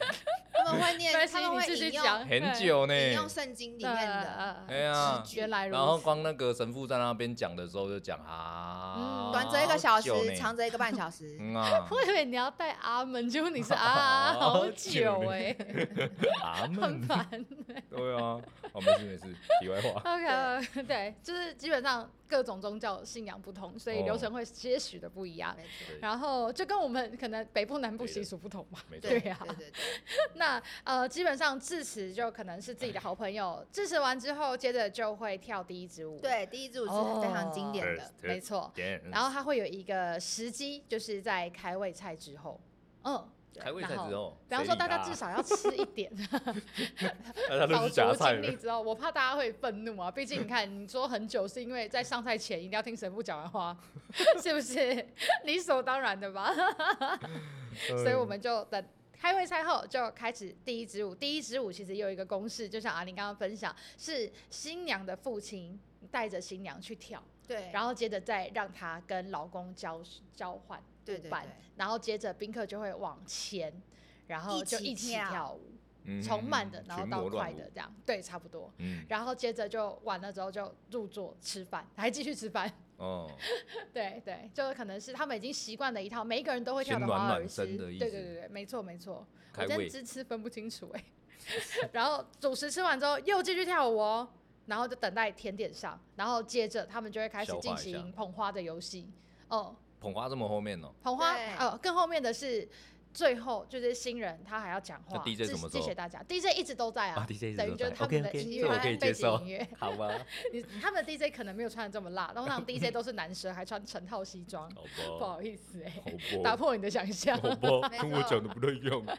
[SPEAKER 4] 他 们会
[SPEAKER 3] 没关
[SPEAKER 4] 念，
[SPEAKER 3] 系
[SPEAKER 4] 他们
[SPEAKER 3] 你
[SPEAKER 4] 会
[SPEAKER 3] 自己
[SPEAKER 4] 引
[SPEAKER 3] 讲
[SPEAKER 4] 用
[SPEAKER 2] 很久呢。
[SPEAKER 4] 引用圣经里面的。
[SPEAKER 3] 呃
[SPEAKER 2] 哎呀，
[SPEAKER 4] 句
[SPEAKER 3] 原来如此。
[SPEAKER 2] 然后光那个神父在那边讲的时候就讲啊，
[SPEAKER 3] 嗯
[SPEAKER 4] 短则一个小时
[SPEAKER 2] 好久，呢
[SPEAKER 4] 长则一个半小时。
[SPEAKER 2] 嗯啊，
[SPEAKER 3] 我以为你要带阿门，结果你是啊，好
[SPEAKER 2] 好
[SPEAKER 3] 久
[SPEAKER 2] 久
[SPEAKER 3] 哎，
[SPEAKER 2] 啊阿
[SPEAKER 3] 很
[SPEAKER 2] 门，
[SPEAKER 3] 烦。
[SPEAKER 2] 对啊，哦，没事没事，题外 话。
[SPEAKER 3] OK，对，就是基本上各种宗教信仰不同，所以流程会些许的不一样。
[SPEAKER 4] 没 错，
[SPEAKER 2] 对
[SPEAKER 3] 然后就跟我们可能北部南部
[SPEAKER 2] 对的
[SPEAKER 3] 习俗不同嘛，
[SPEAKER 2] 没错
[SPEAKER 3] 对啊
[SPEAKER 4] 对
[SPEAKER 3] 呀、
[SPEAKER 4] 对对对，
[SPEAKER 3] 那呃，基本上致辞就可能是自己的好朋友，致辞完之后，接着就会跳第一支舞。，
[SPEAKER 4] 对第一支舞是非常经典的
[SPEAKER 2] 哦，
[SPEAKER 3] 没错。
[SPEAKER 2] 点
[SPEAKER 3] 然后它会有一个时机，就是在开胃菜之后，嗯，对
[SPEAKER 2] 开胃菜之。
[SPEAKER 3] 然后
[SPEAKER 2] 后，
[SPEAKER 3] 比方
[SPEAKER 5] 谁
[SPEAKER 3] 说，
[SPEAKER 5] 理
[SPEAKER 3] 大家
[SPEAKER 5] 他
[SPEAKER 3] 至少要吃一点，
[SPEAKER 2] 大家都
[SPEAKER 3] 早
[SPEAKER 2] 是夹
[SPEAKER 3] 足
[SPEAKER 2] 菜
[SPEAKER 3] 经历
[SPEAKER 2] 了，
[SPEAKER 3] 之后，我怕大家会愤怒啊。毕竟你看，你说很久是因为在上菜前一定要听神父讲完话， 是不是理所当然的吧？
[SPEAKER 2] 嗯
[SPEAKER 3] 所以我们就等开胃菜后就开始第一支舞。第一支舞其实也有一个公式，就像阿玲刚刚分享，是新娘的父亲带着新娘去跳，
[SPEAKER 4] 对，
[SPEAKER 3] 然后接着再让她跟老公交交换
[SPEAKER 4] 对
[SPEAKER 3] 舞
[SPEAKER 4] 对
[SPEAKER 3] 伴，
[SPEAKER 4] 对
[SPEAKER 3] 然后接着宾客就会往前，然后就
[SPEAKER 4] 一起
[SPEAKER 3] 一起
[SPEAKER 4] 跳
[SPEAKER 3] 跳舞，
[SPEAKER 2] 嗯
[SPEAKER 3] 从慢的然后
[SPEAKER 2] 群
[SPEAKER 3] 到
[SPEAKER 2] 魔乱
[SPEAKER 3] 快
[SPEAKER 2] 舞
[SPEAKER 3] 的这样，对，差不多。
[SPEAKER 2] 嗯，
[SPEAKER 3] 然后接着就完了之后就入座吃饭，还继续吃饭。
[SPEAKER 2] 哦，
[SPEAKER 3] 对对，就可能是他们已经习惯了一套，每一个人都会跳
[SPEAKER 2] 先
[SPEAKER 3] 的
[SPEAKER 2] 暖
[SPEAKER 3] 华
[SPEAKER 2] 暖
[SPEAKER 3] 尔兹。
[SPEAKER 2] 身的
[SPEAKER 3] 对
[SPEAKER 2] 意
[SPEAKER 3] 对
[SPEAKER 2] 思
[SPEAKER 3] 对对，没错没错。我
[SPEAKER 2] 开
[SPEAKER 3] 真
[SPEAKER 2] 胃
[SPEAKER 3] 的吃分不清楚哎、 然后主食吃完之后又继续跳舞哦，然后就等待甜点上，然后接着他们就会开始
[SPEAKER 2] 消
[SPEAKER 3] 进
[SPEAKER 2] 化一下
[SPEAKER 3] 行捧花的游戏。哦，
[SPEAKER 2] 捧花这么后 面哦，
[SPEAKER 3] 捧花
[SPEAKER 4] 对
[SPEAKER 3] 呃，更后面的是。最后就是新人，他还要讲话
[SPEAKER 2] 那，DJ
[SPEAKER 3] 致
[SPEAKER 2] 什么时
[SPEAKER 3] 谢谢
[SPEAKER 2] 候
[SPEAKER 3] 大家。DJ 一直都在啊
[SPEAKER 2] 啊，DJ 一直
[SPEAKER 3] 等于
[SPEAKER 2] 都
[SPEAKER 3] 就是
[SPEAKER 2] 在
[SPEAKER 3] 他们的
[SPEAKER 2] ，OK，OK，
[SPEAKER 3] 音
[SPEAKER 2] 这
[SPEAKER 3] 乐
[SPEAKER 2] 我可以
[SPEAKER 3] 背
[SPEAKER 2] 接受
[SPEAKER 3] 景音乐，
[SPEAKER 5] 好吧，
[SPEAKER 3] 你他们的 DJ 可能没有穿的这么辣，然后那种 DJ 都是男生，还穿成套西装，
[SPEAKER 2] 好
[SPEAKER 3] 不
[SPEAKER 2] 吧，
[SPEAKER 3] 好意思哎、
[SPEAKER 2] 好
[SPEAKER 3] 打
[SPEAKER 2] 吧，
[SPEAKER 3] 破你的想象。
[SPEAKER 2] 好吧，
[SPEAKER 4] 没
[SPEAKER 2] 跟我
[SPEAKER 4] 错
[SPEAKER 2] 讲的不太一样。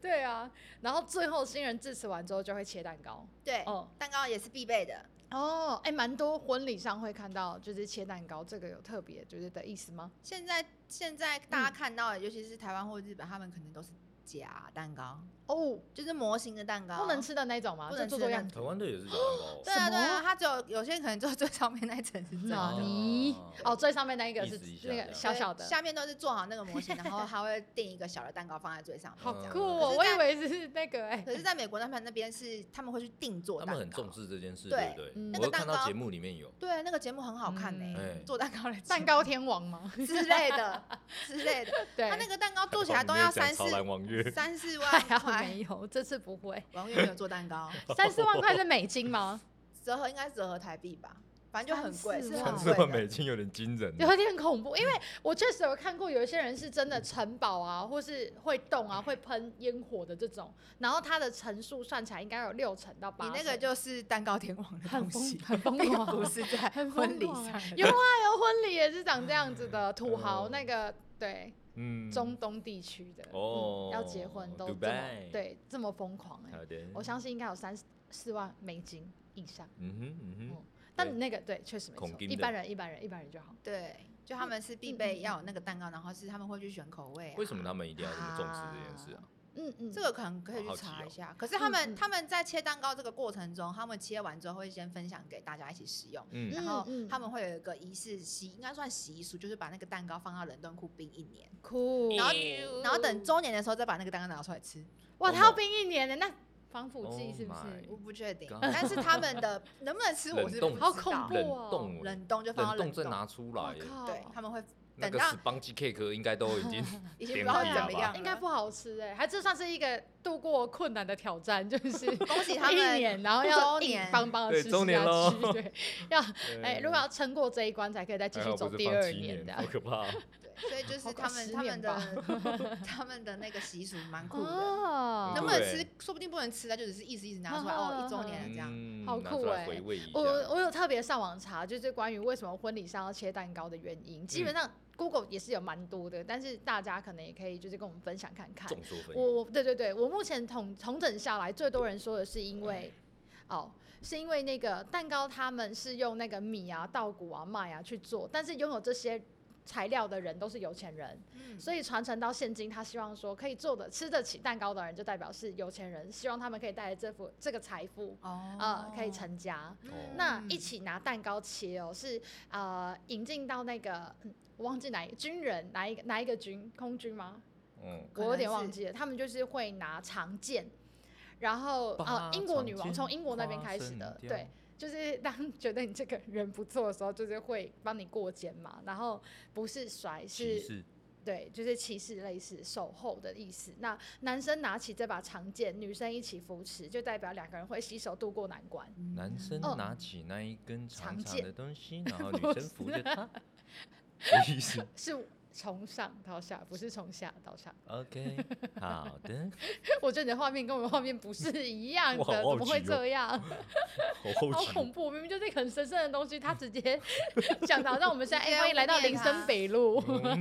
[SPEAKER 3] 对啊，然后最后新人致辞完之后就会切蛋糕。
[SPEAKER 4] 对，
[SPEAKER 3] 哦
[SPEAKER 4] 蛋糕也是必备的，
[SPEAKER 3] 哦，哎、蛮多婚礼上会看到，就是切蛋糕，这个有特别就是的意思吗？
[SPEAKER 4] 现在现在大
[SPEAKER 3] 嗯
[SPEAKER 4] 家看到的，尤其是台湾或日本，他们可能都是假蛋糕，
[SPEAKER 3] 哦，
[SPEAKER 4] 就是模型的蛋糕，
[SPEAKER 3] 不能。吃的那种吗？
[SPEAKER 4] 不
[SPEAKER 3] 就
[SPEAKER 4] 能
[SPEAKER 3] 做
[SPEAKER 4] 吃
[SPEAKER 3] 做
[SPEAKER 4] 的
[SPEAKER 3] 样
[SPEAKER 4] 那
[SPEAKER 3] 子。
[SPEAKER 2] 台湾的也是假蛋糕哦
[SPEAKER 4] 对啊，
[SPEAKER 3] 什么
[SPEAKER 4] 对啊，它只有有些可能 就最上面那一层是真
[SPEAKER 3] 哪
[SPEAKER 4] 的，
[SPEAKER 3] 里？
[SPEAKER 2] 哦
[SPEAKER 3] 啊哦，最上面那一个
[SPEAKER 2] 意
[SPEAKER 3] 是
[SPEAKER 2] 思一下
[SPEAKER 3] 那
[SPEAKER 2] 这
[SPEAKER 3] 个
[SPEAKER 2] 样
[SPEAKER 3] 小小的
[SPEAKER 4] 对，下面都是做好那个模型，然 后它会垫一个小的蛋糕放在最上面。
[SPEAKER 3] 好
[SPEAKER 2] 嗯
[SPEAKER 3] 酷
[SPEAKER 4] 可
[SPEAKER 3] 哦！
[SPEAKER 4] 是
[SPEAKER 3] 我以
[SPEAKER 4] 在
[SPEAKER 3] 为是那个哎、
[SPEAKER 4] 可是，在美国那边那边是他们会去定做
[SPEAKER 2] 他
[SPEAKER 4] 蛋糕，
[SPEAKER 2] 们很重。视这件事，
[SPEAKER 4] 对
[SPEAKER 2] 对不
[SPEAKER 3] 嗯那
[SPEAKER 2] 对？我
[SPEAKER 4] 个
[SPEAKER 2] 有看
[SPEAKER 4] 蛋糕
[SPEAKER 2] 到节目里面有，
[SPEAKER 4] 对，啊那个节目很好看呢、
[SPEAKER 2] 嗯哎
[SPEAKER 4] 做蛋糕的节目
[SPEAKER 3] 蛋糕天王吗？
[SPEAKER 4] 之类 的之类的，
[SPEAKER 3] 对，
[SPEAKER 4] 他那个蛋糕做起来都要三四
[SPEAKER 2] 超蓝王月，
[SPEAKER 4] 三四
[SPEAKER 3] 还
[SPEAKER 4] 万
[SPEAKER 3] 好
[SPEAKER 4] 块。
[SPEAKER 3] 没有，这次 不会。
[SPEAKER 4] 王月没有做蛋糕，
[SPEAKER 3] 三四万块是美金吗？
[SPEAKER 4] 折合应该是折合台币吧，反正就很贵，
[SPEAKER 3] 三
[SPEAKER 4] 是 很
[SPEAKER 3] 四万
[SPEAKER 2] 三
[SPEAKER 3] 哇
[SPEAKER 2] 十万
[SPEAKER 4] 贵
[SPEAKER 2] 美
[SPEAKER 4] 的。
[SPEAKER 2] 金有点惊人。
[SPEAKER 3] 有点恐怖，因为我确实有看过有一些人是真的城堡啊，或是会动啊、会喷烟火的这种，然后它的层数算起来应该有六成到八
[SPEAKER 4] 你
[SPEAKER 3] 成。
[SPEAKER 4] 那个就是蛋糕天王的
[SPEAKER 3] 很
[SPEAKER 4] 东
[SPEAKER 3] 疯
[SPEAKER 4] 西，
[SPEAKER 3] 很疯
[SPEAKER 4] 那个
[SPEAKER 3] 狂
[SPEAKER 4] 不是在
[SPEAKER 3] 很
[SPEAKER 4] 婚礼
[SPEAKER 3] 疯狂
[SPEAKER 4] 上
[SPEAKER 3] 欸
[SPEAKER 4] 的
[SPEAKER 3] 有啊有婚礼也是长这样子的，土豪
[SPEAKER 2] 嗯
[SPEAKER 3] 那个对
[SPEAKER 2] 嗯
[SPEAKER 3] 中东地区的
[SPEAKER 2] 哦
[SPEAKER 3] 嗯要结婚都这么
[SPEAKER 2] Dubai
[SPEAKER 3] 对这么疯狂哎、
[SPEAKER 2] 好的，
[SPEAKER 3] 我相信应该有三四万美金以上。
[SPEAKER 2] 嗯哼嗯
[SPEAKER 3] 嗯但你那个对确实没错
[SPEAKER 2] 恐，惊的
[SPEAKER 3] 一般人一般人一般人就好。
[SPEAKER 4] 对，就他们是必备要有那个蛋糕，然后是他们会去选口味、啊。
[SPEAKER 2] 哼，为什么他们一定要这么重视这件事啊？
[SPEAKER 3] 嗯嗯，
[SPEAKER 4] 这个可能可以
[SPEAKER 2] 好
[SPEAKER 4] 去
[SPEAKER 2] 好奇
[SPEAKER 4] 查一
[SPEAKER 2] 哦
[SPEAKER 4] 下。可是他们、
[SPEAKER 3] 嗯嗯
[SPEAKER 4] 他们在切蛋糕这个过程中，他们切完之后会先分享给大家一起使用，
[SPEAKER 2] 嗯
[SPEAKER 4] 然后
[SPEAKER 3] 嗯嗯
[SPEAKER 4] 他们会有一个仪式习，应该算习俗，就是把那个蛋糕放到冷冻库冰一年，
[SPEAKER 3] 酷，
[SPEAKER 4] 然后
[SPEAKER 3] 哦
[SPEAKER 4] 然后等周年的时候再把那个蛋糕拿出来吃。
[SPEAKER 3] 哇，
[SPEAKER 2] 哦
[SPEAKER 3] 他要冰一年的那防腐剂
[SPEAKER 2] Oh
[SPEAKER 3] 是不
[SPEAKER 2] my
[SPEAKER 3] 是
[SPEAKER 4] 我？不确定，
[SPEAKER 2] God
[SPEAKER 4] 但是他们的能不能吃我是不
[SPEAKER 2] 冷冻
[SPEAKER 4] 知道
[SPEAKER 3] 好恐怖
[SPEAKER 2] 冷
[SPEAKER 3] 哦
[SPEAKER 2] 冻
[SPEAKER 4] 冷冻就放到
[SPEAKER 2] 冷
[SPEAKER 4] 冷
[SPEAKER 2] 冻再拿出来，
[SPEAKER 3] 我
[SPEAKER 4] 对
[SPEAKER 3] 靠，
[SPEAKER 4] 他们会
[SPEAKER 2] 那
[SPEAKER 4] 等
[SPEAKER 2] 个
[SPEAKER 4] 到
[SPEAKER 2] sponge cake 应该都已 经
[SPEAKER 4] 已经不
[SPEAKER 2] 点
[SPEAKER 4] 知道
[SPEAKER 2] 好
[SPEAKER 4] 怎
[SPEAKER 2] 了
[SPEAKER 4] 么
[SPEAKER 2] 吧
[SPEAKER 4] 样了，
[SPEAKER 3] 应该不好吃哎、还这算是一个度过困难的挑战，就是
[SPEAKER 4] 恭喜他
[SPEAKER 3] 一
[SPEAKER 4] 们
[SPEAKER 3] 年，然后
[SPEAKER 4] 周
[SPEAKER 3] 要硬
[SPEAKER 4] 年
[SPEAKER 3] 邦邦的
[SPEAKER 2] 对
[SPEAKER 3] 吃
[SPEAKER 2] 周
[SPEAKER 3] 下
[SPEAKER 2] 年
[SPEAKER 3] 去，
[SPEAKER 2] 咯
[SPEAKER 3] 对，要
[SPEAKER 2] 对
[SPEAKER 3] 哎、如果要撑过这一关，才可以再继
[SPEAKER 2] 还
[SPEAKER 3] 续
[SPEAKER 2] 好
[SPEAKER 3] 走
[SPEAKER 2] 不是
[SPEAKER 3] 第
[SPEAKER 2] 放
[SPEAKER 3] 二
[SPEAKER 2] 七
[SPEAKER 3] 年的
[SPEAKER 2] 好。 可怕哦。
[SPEAKER 4] 对，所以就是
[SPEAKER 3] 好
[SPEAKER 4] 他
[SPEAKER 3] 搞
[SPEAKER 4] 们
[SPEAKER 3] 十
[SPEAKER 4] 他们
[SPEAKER 3] 年
[SPEAKER 4] 的 他们的那个习俗蛮酷的。
[SPEAKER 3] 哦嗯
[SPEAKER 4] 能不能吃
[SPEAKER 2] 对？
[SPEAKER 4] 说不定不能吃，他就只是一直一直拿出来哦，一周年了这样。
[SPEAKER 2] 嗯
[SPEAKER 3] 哎好
[SPEAKER 2] 拿
[SPEAKER 3] 酷
[SPEAKER 2] 出来
[SPEAKER 3] 欸
[SPEAKER 2] 回味一下。
[SPEAKER 3] 我我有特别上网查，就是关于为什么婚礼上要切蛋糕的原因，基
[SPEAKER 2] 嗯
[SPEAKER 3] 本上 Google 也是有蛮多的，但是大家可能也可以就是跟我们分享看看。
[SPEAKER 2] 众说纷纭，
[SPEAKER 3] 我我对对对，我目前统统整下来，最多人说的是因为，哦，是因为那个蛋糕他们是用那个米啊、稻谷啊、麦啊去做，但是拥有这些材料的人都是有钱人，
[SPEAKER 4] 嗯
[SPEAKER 3] 所以传承到现今，他希望说可以做的吃得起蛋糕的人，就代表是有钱人，希望他们可以带来这幅这个财富，
[SPEAKER 4] 哦嗯
[SPEAKER 3] 呃，可以成家。
[SPEAKER 2] 哦
[SPEAKER 3] 那一起拿蛋糕切哦，是呃引进到那个、嗯我忘记哪一军人哪一个哪一个军空军吗？
[SPEAKER 2] 嗯，
[SPEAKER 4] 可能
[SPEAKER 3] 我有点
[SPEAKER 4] 是
[SPEAKER 3] 忘记了，他们就是会拿长剑，然后
[SPEAKER 2] 拔
[SPEAKER 3] 呃，英国女王
[SPEAKER 2] 长剑
[SPEAKER 3] 从英国那边开始
[SPEAKER 2] 花
[SPEAKER 3] 的
[SPEAKER 2] 生，雕
[SPEAKER 3] 对，就是当觉得你这个人不错的时候，就是会帮你过肩嘛，然后不是甩
[SPEAKER 2] 歧
[SPEAKER 3] 是
[SPEAKER 2] 视
[SPEAKER 3] 对，就是骑士类似守候的意思。那男生拿起这把长剑，女生一起扶持，就代表两个人会携手渡过难关。
[SPEAKER 2] 男生
[SPEAKER 3] 哦
[SPEAKER 2] 拿起那一根长
[SPEAKER 3] 长
[SPEAKER 2] 长
[SPEAKER 3] 剑
[SPEAKER 2] 的东 西，然后女生扶着他，的意思。
[SPEAKER 3] 是从上到下，不是从下 到上。
[SPEAKER 2] OK，好 的，
[SPEAKER 3] 我觉得你的画面跟我们画面不是一样的，
[SPEAKER 5] 我好好
[SPEAKER 3] 怎么会
[SPEAKER 5] 奇哦
[SPEAKER 3] 这样？
[SPEAKER 5] 好后
[SPEAKER 3] 好
[SPEAKER 5] 期
[SPEAKER 3] 恐怖！明明就是一个很神圣的东西，他 直接讲到让我们现在
[SPEAKER 4] 直接
[SPEAKER 3] 哎，欢迎来到
[SPEAKER 4] 污蔑
[SPEAKER 3] 林
[SPEAKER 4] 它
[SPEAKER 3] 森北路。
[SPEAKER 2] 嗯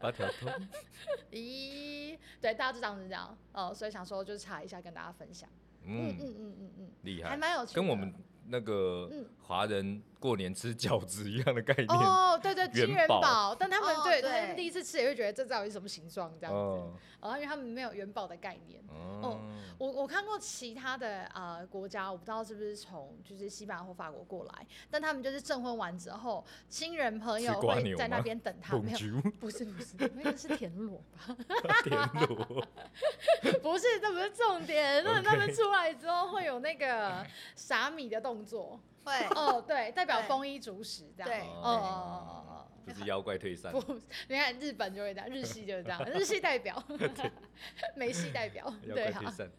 [SPEAKER 2] 八条通。
[SPEAKER 3] 咦，对，大家就这样子讲，呃，所以想说就是查一下跟大家分享。嗯
[SPEAKER 2] 嗯，
[SPEAKER 3] 嗯嗯嗯嗯，
[SPEAKER 2] 厉
[SPEAKER 3] 还
[SPEAKER 2] 害，
[SPEAKER 3] 蛮有趣的。
[SPEAKER 2] 跟我们那个
[SPEAKER 3] 嗯
[SPEAKER 2] 华人过年吃饺子一样的概念。
[SPEAKER 3] 哦，对对，
[SPEAKER 2] 元
[SPEAKER 3] 金元
[SPEAKER 2] 宝
[SPEAKER 3] 宝，但他们
[SPEAKER 4] 哦
[SPEAKER 3] 对
[SPEAKER 4] 对
[SPEAKER 3] 他们第一次吃也会觉得这到底是什么形状这样子，
[SPEAKER 2] 哦，
[SPEAKER 3] 哦，因为他们没有元宝的概念。
[SPEAKER 2] 哦，
[SPEAKER 3] 我我看过其他的呃国家，我不知道是不是从就是西班牙或法国过来，但他们就是证婚完之后，亲人朋
[SPEAKER 2] 吃
[SPEAKER 3] 友
[SPEAKER 2] 瓜
[SPEAKER 3] 会
[SPEAKER 2] 牛
[SPEAKER 3] 在那
[SPEAKER 2] 吗
[SPEAKER 3] 边等他，
[SPEAKER 2] 红
[SPEAKER 3] 没有，
[SPEAKER 2] 酒
[SPEAKER 3] 不是不是，那个是田螺吧？
[SPEAKER 5] 田螺，
[SPEAKER 3] 不是，这不是重点，那他们
[SPEAKER 5] OK
[SPEAKER 3] 出来之后会有那个撒米的动作，
[SPEAKER 4] 会
[SPEAKER 3] 哦，对，代表
[SPEAKER 4] 对
[SPEAKER 3] 丰衣足食这样，
[SPEAKER 4] 对
[SPEAKER 3] 哦哦哦哦哦。哦
[SPEAKER 2] 不是妖怪退散，
[SPEAKER 3] 不，你看日本就会这样，日系就是这样，日系代表， 美系代表，
[SPEAKER 2] 妖
[SPEAKER 3] 对
[SPEAKER 2] 怪
[SPEAKER 3] 啊
[SPEAKER 2] 退，散。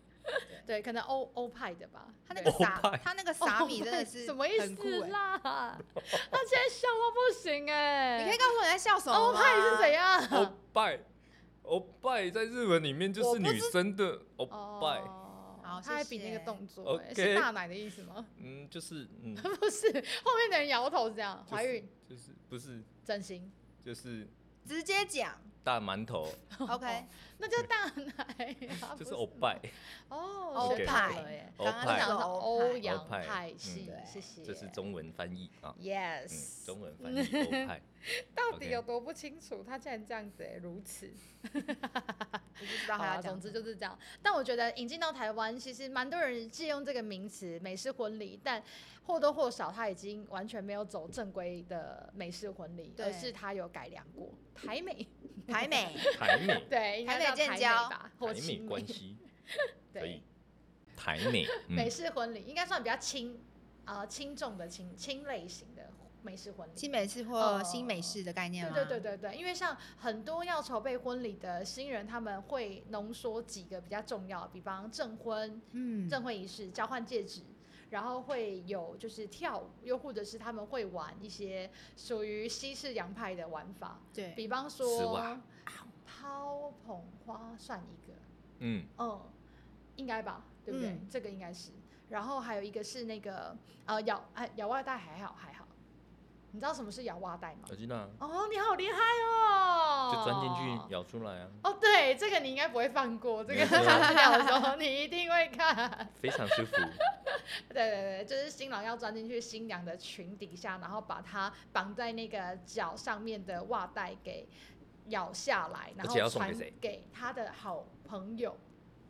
[SPEAKER 3] 对，可能欧欧派的吧。
[SPEAKER 4] 他那
[SPEAKER 3] 对
[SPEAKER 2] 哦
[SPEAKER 5] 欧
[SPEAKER 4] 个撒
[SPEAKER 5] 派，
[SPEAKER 4] 他那个
[SPEAKER 3] 欧
[SPEAKER 4] 撒米
[SPEAKER 3] 派
[SPEAKER 4] 真的是
[SPEAKER 3] 什么意
[SPEAKER 4] 很酷
[SPEAKER 3] 思
[SPEAKER 4] 欸
[SPEAKER 3] 啦？他现在笑到不行哎、
[SPEAKER 4] 你可以告诉我你在笑什么？
[SPEAKER 3] 欧派是怎？
[SPEAKER 2] 欧
[SPEAKER 3] 样？
[SPEAKER 2] 拜，欧拜在日文里面就是女生的欧拜，
[SPEAKER 4] 哦好
[SPEAKER 3] 哦他还
[SPEAKER 4] 谢
[SPEAKER 3] 比那个
[SPEAKER 4] 谢
[SPEAKER 3] 动作、欸
[SPEAKER 2] OK
[SPEAKER 3] 是大奶的意思吗？
[SPEAKER 2] 嗯，就是嗯，
[SPEAKER 3] 不是，后面的人摇头是这样，
[SPEAKER 2] 就是
[SPEAKER 3] 怀孕、
[SPEAKER 2] 就是不是
[SPEAKER 3] 整形，
[SPEAKER 2] 就是
[SPEAKER 4] 直接 讲
[SPEAKER 2] 大馒头，
[SPEAKER 4] ，OK？
[SPEAKER 3] 那叫大奶啊，
[SPEAKER 2] 就是
[SPEAKER 3] 不
[SPEAKER 2] 欧拜，
[SPEAKER 3] 哦，
[SPEAKER 4] 欧
[SPEAKER 3] 学到
[SPEAKER 4] 派
[SPEAKER 3] 了耶
[SPEAKER 2] 欧
[SPEAKER 4] 刚刚
[SPEAKER 3] 他
[SPEAKER 2] 派
[SPEAKER 3] 讲
[SPEAKER 4] 讲
[SPEAKER 3] 的是
[SPEAKER 4] 到
[SPEAKER 3] 欧
[SPEAKER 4] 欧
[SPEAKER 2] 派
[SPEAKER 3] 阳
[SPEAKER 2] 欧派
[SPEAKER 3] 派
[SPEAKER 2] 嗯
[SPEAKER 3] 系，
[SPEAKER 4] 对
[SPEAKER 3] 谢谢。
[SPEAKER 2] 这是中文翻译啊，嗯，
[SPEAKER 3] Yes，、
[SPEAKER 2] 中文翻译欧派，
[SPEAKER 3] 到底
[SPEAKER 2] OK
[SPEAKER 3] 有多不清楚？他竟然这样子、欸，如此。
[SPEAKER 4] 我不知道他
[SPEAKER 3] 好啦
[SPEAKER 4] 要讲
[SPEAKER 3] 总之
[SPEAKER 4] 什么。
[SPEAKER 3] 就是这样。但我觉得引进到台湾，其实蛮多人借用这个名词“美式婚礼”，但或多或少它已经完全没有走正规的美式婚礼，
[SPEAKER 4] 对
[SPEAKER 3] 而是它有改良过台美。
[SPEAKER 4] 台美
[SPEAKER 2] 台美
[SPEAKER 3] 对，应该
[SPEAKER 4] 台美
[SPEAKER 3] 叫
[SPEAKER 4] 建
[SPEAKER 3] 台
[SPEAKER 4] 交
[SPEAKER 3] 吧，或
[SPEAKER 2] 台美
[SPEAKER 3] 亲
[SPEAKER 2] 关系可以
[SPEAKER 3] 对，，
[SPEAKER 2] 台美
[SPEAKER 3] 美
[SPEAKER 2] 嗯，
[SPEAKER 3] 式婚礼应该算比较轻啊轻重的轻轻类型的美式婚礼。
[SPEAKER 4] 新美式或
[SPEAKER 3] 哦
[SPEAKER 4] 新美啊式的概念吗？
[SPEAKER 3] 对对对对对，因为像很多要筹备婚礼的新人，他们会浓缩几个比较重要，比方证婚、
[SPEAKER 4] 嗯，
[SPEAKER 3] 证婚仪式、交换戒指，然后会有就是跳舞，又或者是他们会玩一些属于西式洋派的玩法，
[SPEAKER 4] 对，
[SPEAKER 3] 比方
[SPEAKER 2] 丝袜
[SPEAKER 3] 说抛捧花算一个，
[SPEAKER 2] 嗯，
[SPEAKER 3] 嗯，应该吧，对不对？
[SPEAKER 4] 嗯
[SPEAKER 3] 这个应该是。然后还有一个是那个呃咬哎咬袜带还好还好，你知道什么是咬袜带吗
[SPEAKER 2] 我？知道啊，
[SPEAKER 3] 哦，你好厉害哦！
[SPEAKER 2] 就钻进去。咬出来啊，
[SPEAKER 3] 哦，对，这个你应该不会放 过，这个
[SPEAKER 2] 没错
[SPEAKER 3] 查资料的时候你一定会看。
[SPEAKER 2] 非常舒服，
[SPEAKER 3] 对对对，就是新郎要钻进去新娘的裙底下，然后把它绑在那个脚上面的袜带给咬下来，然
[SPEAKER 2] 而
[SPEAKER 3] 后
[SPEAKER 2] 且要送
[SPEAKER 3] 传
[SPEAKER 2] 给谁
[SPEAKER 3] 给他的好朋友、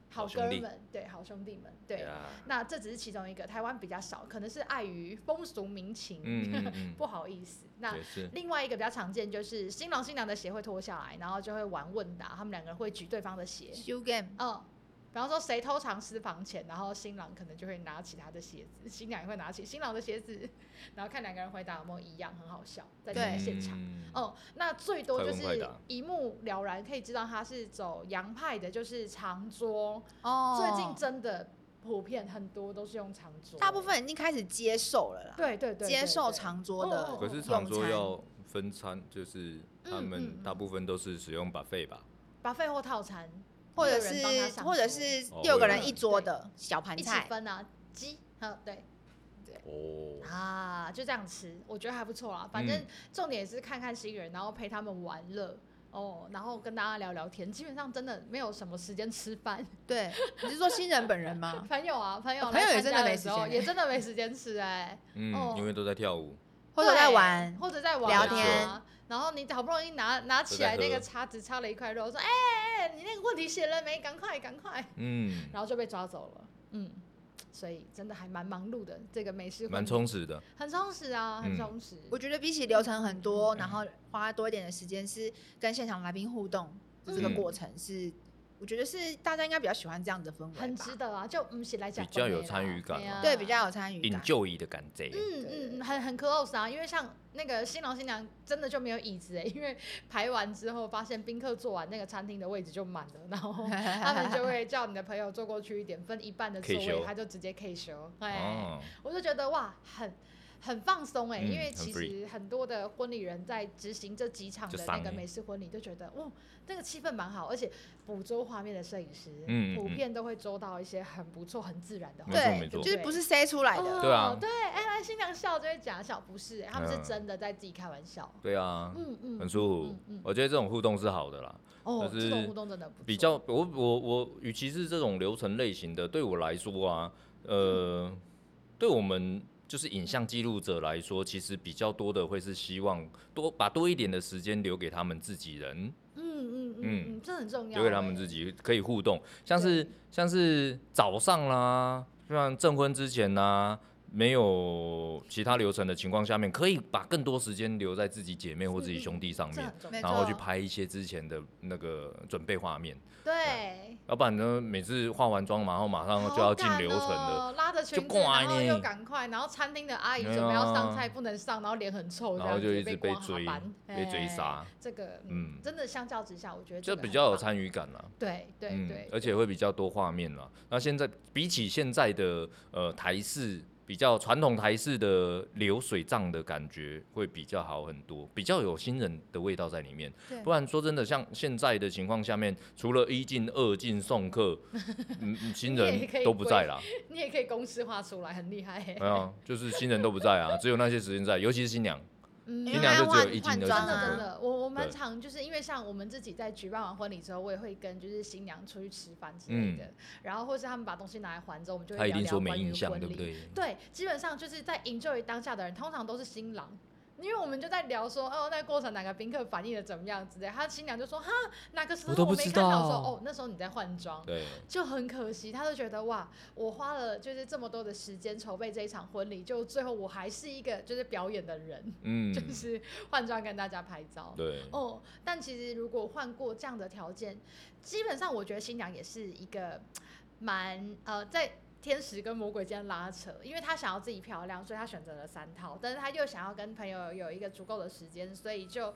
[SPEAKER 3] 好
[SPEAKER 2] 好兄
[SPEAKER 3] 哥
[SPEAKER 2] 弟
[SPEAKER 3] 们，对，好兄弟们， 对。
[SPEAKER 2] 啊，
[SPEAKER 3] 那这只是其中一个，台湾比较少，可能是碍于风俗民情，
[SPEAKER 2] 嗯嗯
[SPEAKER 3] 不好意思。那
[SPEAKER 2] 嗯，也是，
[SPEAKER 3] 另外一个比较常见就是新郎新娘的鞋会脱下来，然后就会玩问答，他们两个人会举对方的鞋，
[SPEAKER 4] 修 game
[SPEAKER 3] 嗯，比方说谁偷藏私房钱，然后新郎可能就会拿起他的鞋子，新娘也会拿起新郎的鞋子，然后看两个人回答有没有一样，很好笑，在这个
[SPEAKER 4] 对
[SPEAKER 3] 现场。
[SPEAKER 2] 嗯
[SPEAKER 3] 哦、那最多就
[SPEAKER 2] 快问快
[SPEAKER 3] 是
[SPEAKER 2] 答
[SPEAKER 3] 一目了然，可以知道他是走洋派的，就是长桌。
[SPEAKER 4] 哦
[SPEAKER 3] 最近真的普遍很多都是用长桌，
[SPEAKER 4] 大部分已经开始接受了啦，
[SPEAKER 3] 对对对对
[SPEAKER 4] 接受
[SPEAKER 3] 对
[SPEAKER 4] 长桌的
[SPEAKER 3] 哦
[SPEAKER 2] 可是
[SPEAKER 4] 用
[SPEAKER 2] 常说
[SPEAKER 4] 餐
[SPEAKER 2] 要分餐，就是他
[SPEAKER 3] 嗯
[SPEAKER 2] 们
[SPEAKER 3] 嗯
[SPEAKER 2] 大部分都是使用 buffet 吧，
[SPEAKER 3] 把费或套餐，
[SPEAKER 4] 或者
[SPEAKER 3] 有人帮他
[SPEAKER 4] 是
[SPEAKER 3] 上
[SPEAKER 4] 或者
[SPEAKER 3] 桌
[SPEAKER 4] 是
[SPEAKER 2] 哦
[SPEAKER 4] 六个
[SPEAKER 2] 我有
[SPEAKER 4] 人一桌的小盘
[SPEAKER 3] 一起
[SPEAKER 4] 菜，
[SPEAKER 3] 分啊，鸡，好对
[SPEAKER 2] 哦，
[SPEAKER 3] 啊，就这样吃，我觉得还不错啦。反正
[SPEAKER 2] 嗯
[SPEAKER 3] 重点是看看新人，然后陪他们玩乐哦，然后跟大家聊聊天。基本上真的没有什么时间吃饭，？
[SPEAKER 4] 对，你是说新人本人吗
[SPEAKER 3] 朋友啊，朋友
[SPEAKER 4] 哦
[SPEAKER 3] 来
[SPEAKER 4] 朋友也
[SPEAKER 3] 参
[SPEAKER 4] 真
[SPEAKER 3] 加
[SPEAKER 4] 的没
[SPEAKER 3] 时
[SPEAKER 4] 时
[SPEAKER 3] 候
[SPEAKER 4] 间欸
[SPEAKER 3] 也真的没时间吃哎、哦
[SPEAKER 2] 嗯，因为都在跳舞，
[SPEAKER 4] 或者
[SPEAKER 3] 对
[SPEAKER 4] 在玩，
[SPEAKER 3] 或者在玩啊
[SPEAKER 2] 聊天
[SPEAKER 3] 然后你好不容易拿拿起来
[SPEAKER 2] 都在
[SPEAKER 3] 那
[SPEAKER 2] 喝
[SPEAKER 3] 个叉子叉了一块肉，说：“哎、哎、哎你那个问题写了没？赶快，赶快！”
[SPEAKER 2] 嗯，
[SPEAKER 3] 然后就被抓走了。嗯，所以真的还蛮忙碌的，这个美食
[SPEAKER 2] 蛮充实的，
[SPEAKER 3] 很充实啊，很
[SPEAKER 2] 嗯
[SPEAKER 3] 充实。
[SPEAKER 4] 我觉得比起流程很多，然后花多一点的时间是跟现场来宾互动，这个
[SPEAKER 2] 嗯
[SPEAKER 4] 过程是我觉得是大家应该比较喜欢这样的氛围吧，
[SPEAKER 3] 很值得啊，就唔是来讲
[SPEAKER 2] 比较有参与感啊
[SPEAKER 4] 对比。较有参与
[SPEAKER 2] 引
[SPEAKER 4] 感。
[SPEAKER 2] 就医的感觉。
[SPEAKER 3] 嗯嗯嗯，很很 close 啊，因为像那个新郎新娘真的就没有椅子哎、因为排完之后发现宾客坐完那个餐厅的位置就满了，然 后他们就会叫你的朋友坐过去一点，分一半的座
[SPEAKER 2] 可以
[SPEAKER 3] 位
[SPEAKER 2] 休，
[SPEAKER 3] 他就直接可以休。哎，
[SPEAKER 2] 哦，
[SPEAKER 3] 我就觉得哇，很很放松哎、
[SPEAKER 2] 嗯
[SPEAKER 3] 因为
[SPEAKER 2] 很
[SPEAKER 3] 其
[SPEAKER 2] free
[SPEAKER 3] 实很多的婚礼人在执行这几场
[SPEAKER 2] 就
[SPEAKER 3] 的
[SPEAKER 2] 上
[SPEAKER 3] 那个
[SPEAKER 2] 欸
[SPEAKER 3] 美式婚礼，就觉得哦，那个气氛蛮好，而且捕捉画面的摄影师，
[SPEAKER 2] 嗯嗯
[SPEAKER 3] 普
[SPEAKER 2] 嗯
[SPEAKER 3] 遍都会捉到一些很不错、很自然的画
[SPEAKER 2] 没错
[SPEAKER 3] 面，
[SPEAKER 2] 没，
[SPEAKER 4] 对
[SPEAKER 2] 错
[SPEAKER 4] 就是不是塞出来的，
[SPEAKER 2] 对啊
[SPEAKER 3] 哦对，哎，来新娘笑就会假笑，不是，他们是
[SPEAKER 2] 嗯
[SPEAKER 3] 真的在自己开玩笑。
[SPEAKER 2] 对啊，
[SPEAKER 3] 嗯嗯，
[SPEAKER 2] 很舒服
[SPEAKER 3] 嗯嗯。
[SPEAKER 2] 我觉得这种互动是好的啦，
[SPEAKER 3] 哦，
[SPEAKER 2] 就
[SPEAKER 3] 这种
[SPEAKER 2] 是
[SPEAKER 3] 互动真的不错
[SPEAKER 2] 比较我我我，与其是这种流程类型的，对我来说啊，呃，对我们就是影像记录者来说，其实比较多的会是希望多把多一点的时间留给他们自己人，
[SPEAKER 3] 嗯嗯嗯
[SPEAKER 2] 嗯
[SPEAKER 3] 嗯，这很重要欸。
[SPEAKER 2] 留给他们自己可以互动，像是
[SPEAKER 3] 对
[SPEAKER 2] 像是早上啦，像证婚之前啦。没有其他流程的情况下面，可以把更多时间留在自己姐妹或自己兄弟上
[SPEAKER 3] 这
[SPEAKER 2] 面
[SPEAKER 3] 很，重
[SPEAKER 4] 没
[SPEAKER 3] 要。
[SPEAKER 2] 然后
[SPEAKER 4] 错
[SPEAKER 2] 去拍一些之前的那个准备画面。
[SPEAKER 3] 对，
[SPEAKER 2] 要不然呢，每次化完妆，然后马上就要进流程了。
[SPEAKER 3] 好赶哦，拉着裙子，
[SPEAKER 2] 就挂
[SPEAKER 3] 然后
[SPEAKER 2] 呢
[SPEAKER 3] 又赶快，然后餐厅的阿姨
[SPEAKER 2] 对啊
[SPEAKER 3] 准备要上菜，不能上，然后脸很臭，
[SPEAKER 2] 然后
[SPEAKER 3] 这
[SPEAKER 2] 就
[SPEAKER 3] 样子
[SPEAKER 2] 一直
[SPEAKER 3] 哦被
[SPEAKER 2] 被
[SPEAKER 3] 挂哈
[SPEAKER 2] 追
[SPEAKER 3] 班
[SPEAKER 2] 被追。
[SPEAKER 3] 哎
[SPEAKER 2] 杀
[SPEAKER 3] 这个嗯
[SPEAKER 2] 嗯，
[SPEAKER 3] 真的相较之下，我觉得
[SPEAKER 2] 就
[SPEAKER 3] 这个
[SPEAKER 2] 比
[SPEAKER 3] 很
[SPEAKER 2] 较有
[SPEAKER 3] 棒。
[SPEAKER 2] 参与感啦，嗯
[SPEAKER 3] 对对对，
[SPEAKER 2] 而且会比较多画面啦。那现在比起现在的呃台式比较传统台式的流水账的感觉会比较好很多，比较有新人的味道在里面
[SPEAKER 4] 对。
[SPEAKER 2] 不然说真的，像现在的情况下面，除了一进二进送客，嗯，嗯新
[SPEAKER 3] 你也
[SPEAKER 2] 人
[SPEAKER 3] 可以
[SPEAKER 2] 都不在啦。
[SPEAKER 3] 你也可以公式化出来，很厉害欸。
[SPEAKER 2] 没有，就是新人都不在啊，只有那些时间在，尤其是新娘。
[SPEAKER 3] 嗯
[SPEAKER 2] 新
[SPEAKER 4] 因为
[SPEAKER 2] 娘
[SPEAKER 4] 他
[SPEAKER 2] 就
[SPEAKER 4] 要
[SPEAKER 2] 只
[SPEAKER 4] 换
[SPEAKER 2] 有一斤
[SPEAKER 4] 换
[SPEAKER 2] 的
[SPEAKER 4] 装
[SPEAKER 3] 真的
[SPEAKER 2] 时
[SPEAKER 3] 真
[SPEAKER 2] 间
[SPEAKER 4] 啊，
[SPEAKER 3] 的，我我蛮
[SPEAKER 2] 对
[SPEAKER 3] 常就是因为像我们自己在举办完婚礼之后，我也会跟就是新娘出去吃饭之类的，然后或是他们把东西拿来还之后，我们就
[SPEAKER 2] 嗯他
[SPEAKER 3] 会
[SPEAKER 2] 一
[SPEAKER 3] 聊
[SPEAKER 2] 定
[SPEAKER 3] 聊
[SPEAKER 2] 说没
[SPEAKER 3] 关于
[SPEAKER 2] 印象，
[SPEAKER 3] 婚
[SPEAKER 2] 对不
[SPEAKER 3] 礼。
[SPEAKER 2] 对？
[SPEAKER 3] 对，基本上就是在 enjoy 当下的人，通常都是新郎。因为我们就在聊说，哦，那过程哪个宾客反应的怎么样之类，他新娘就说，哈，哪个时
[SPEAKER 2] 我
[SPEAKER 3] 候
[SPEAKER 2] 都不
[SPEAKER 3] 没
[SPEAKER 2] 知
[SPEAKER 3] 看到，
[SPEAKER 2] 道
[SPEAKER 3] 说，哦，那时候你在换装，
[SPEAKER 2] 对，
[SPEAKER 3] 就很可惜，他就觉得哇，我花了就是这么多的时间筹备这一场婚礼，就最后我还是一个就是表演的人，
[SPEAKER 2] 嗯，
[SPEAKER 3] 就是换装跟大家拍照。
[SPEAKER 2] 对，
[SPEAKER 3] 哦，但其实如果换过这样的条件，基本上我觉得新娘也是一个蛮呃在。天使跟魔鬼间拉扯，因为她想要自己漂亮，所以她选择了三套，但是她又想要跟朋友有一个足够的时间，所以就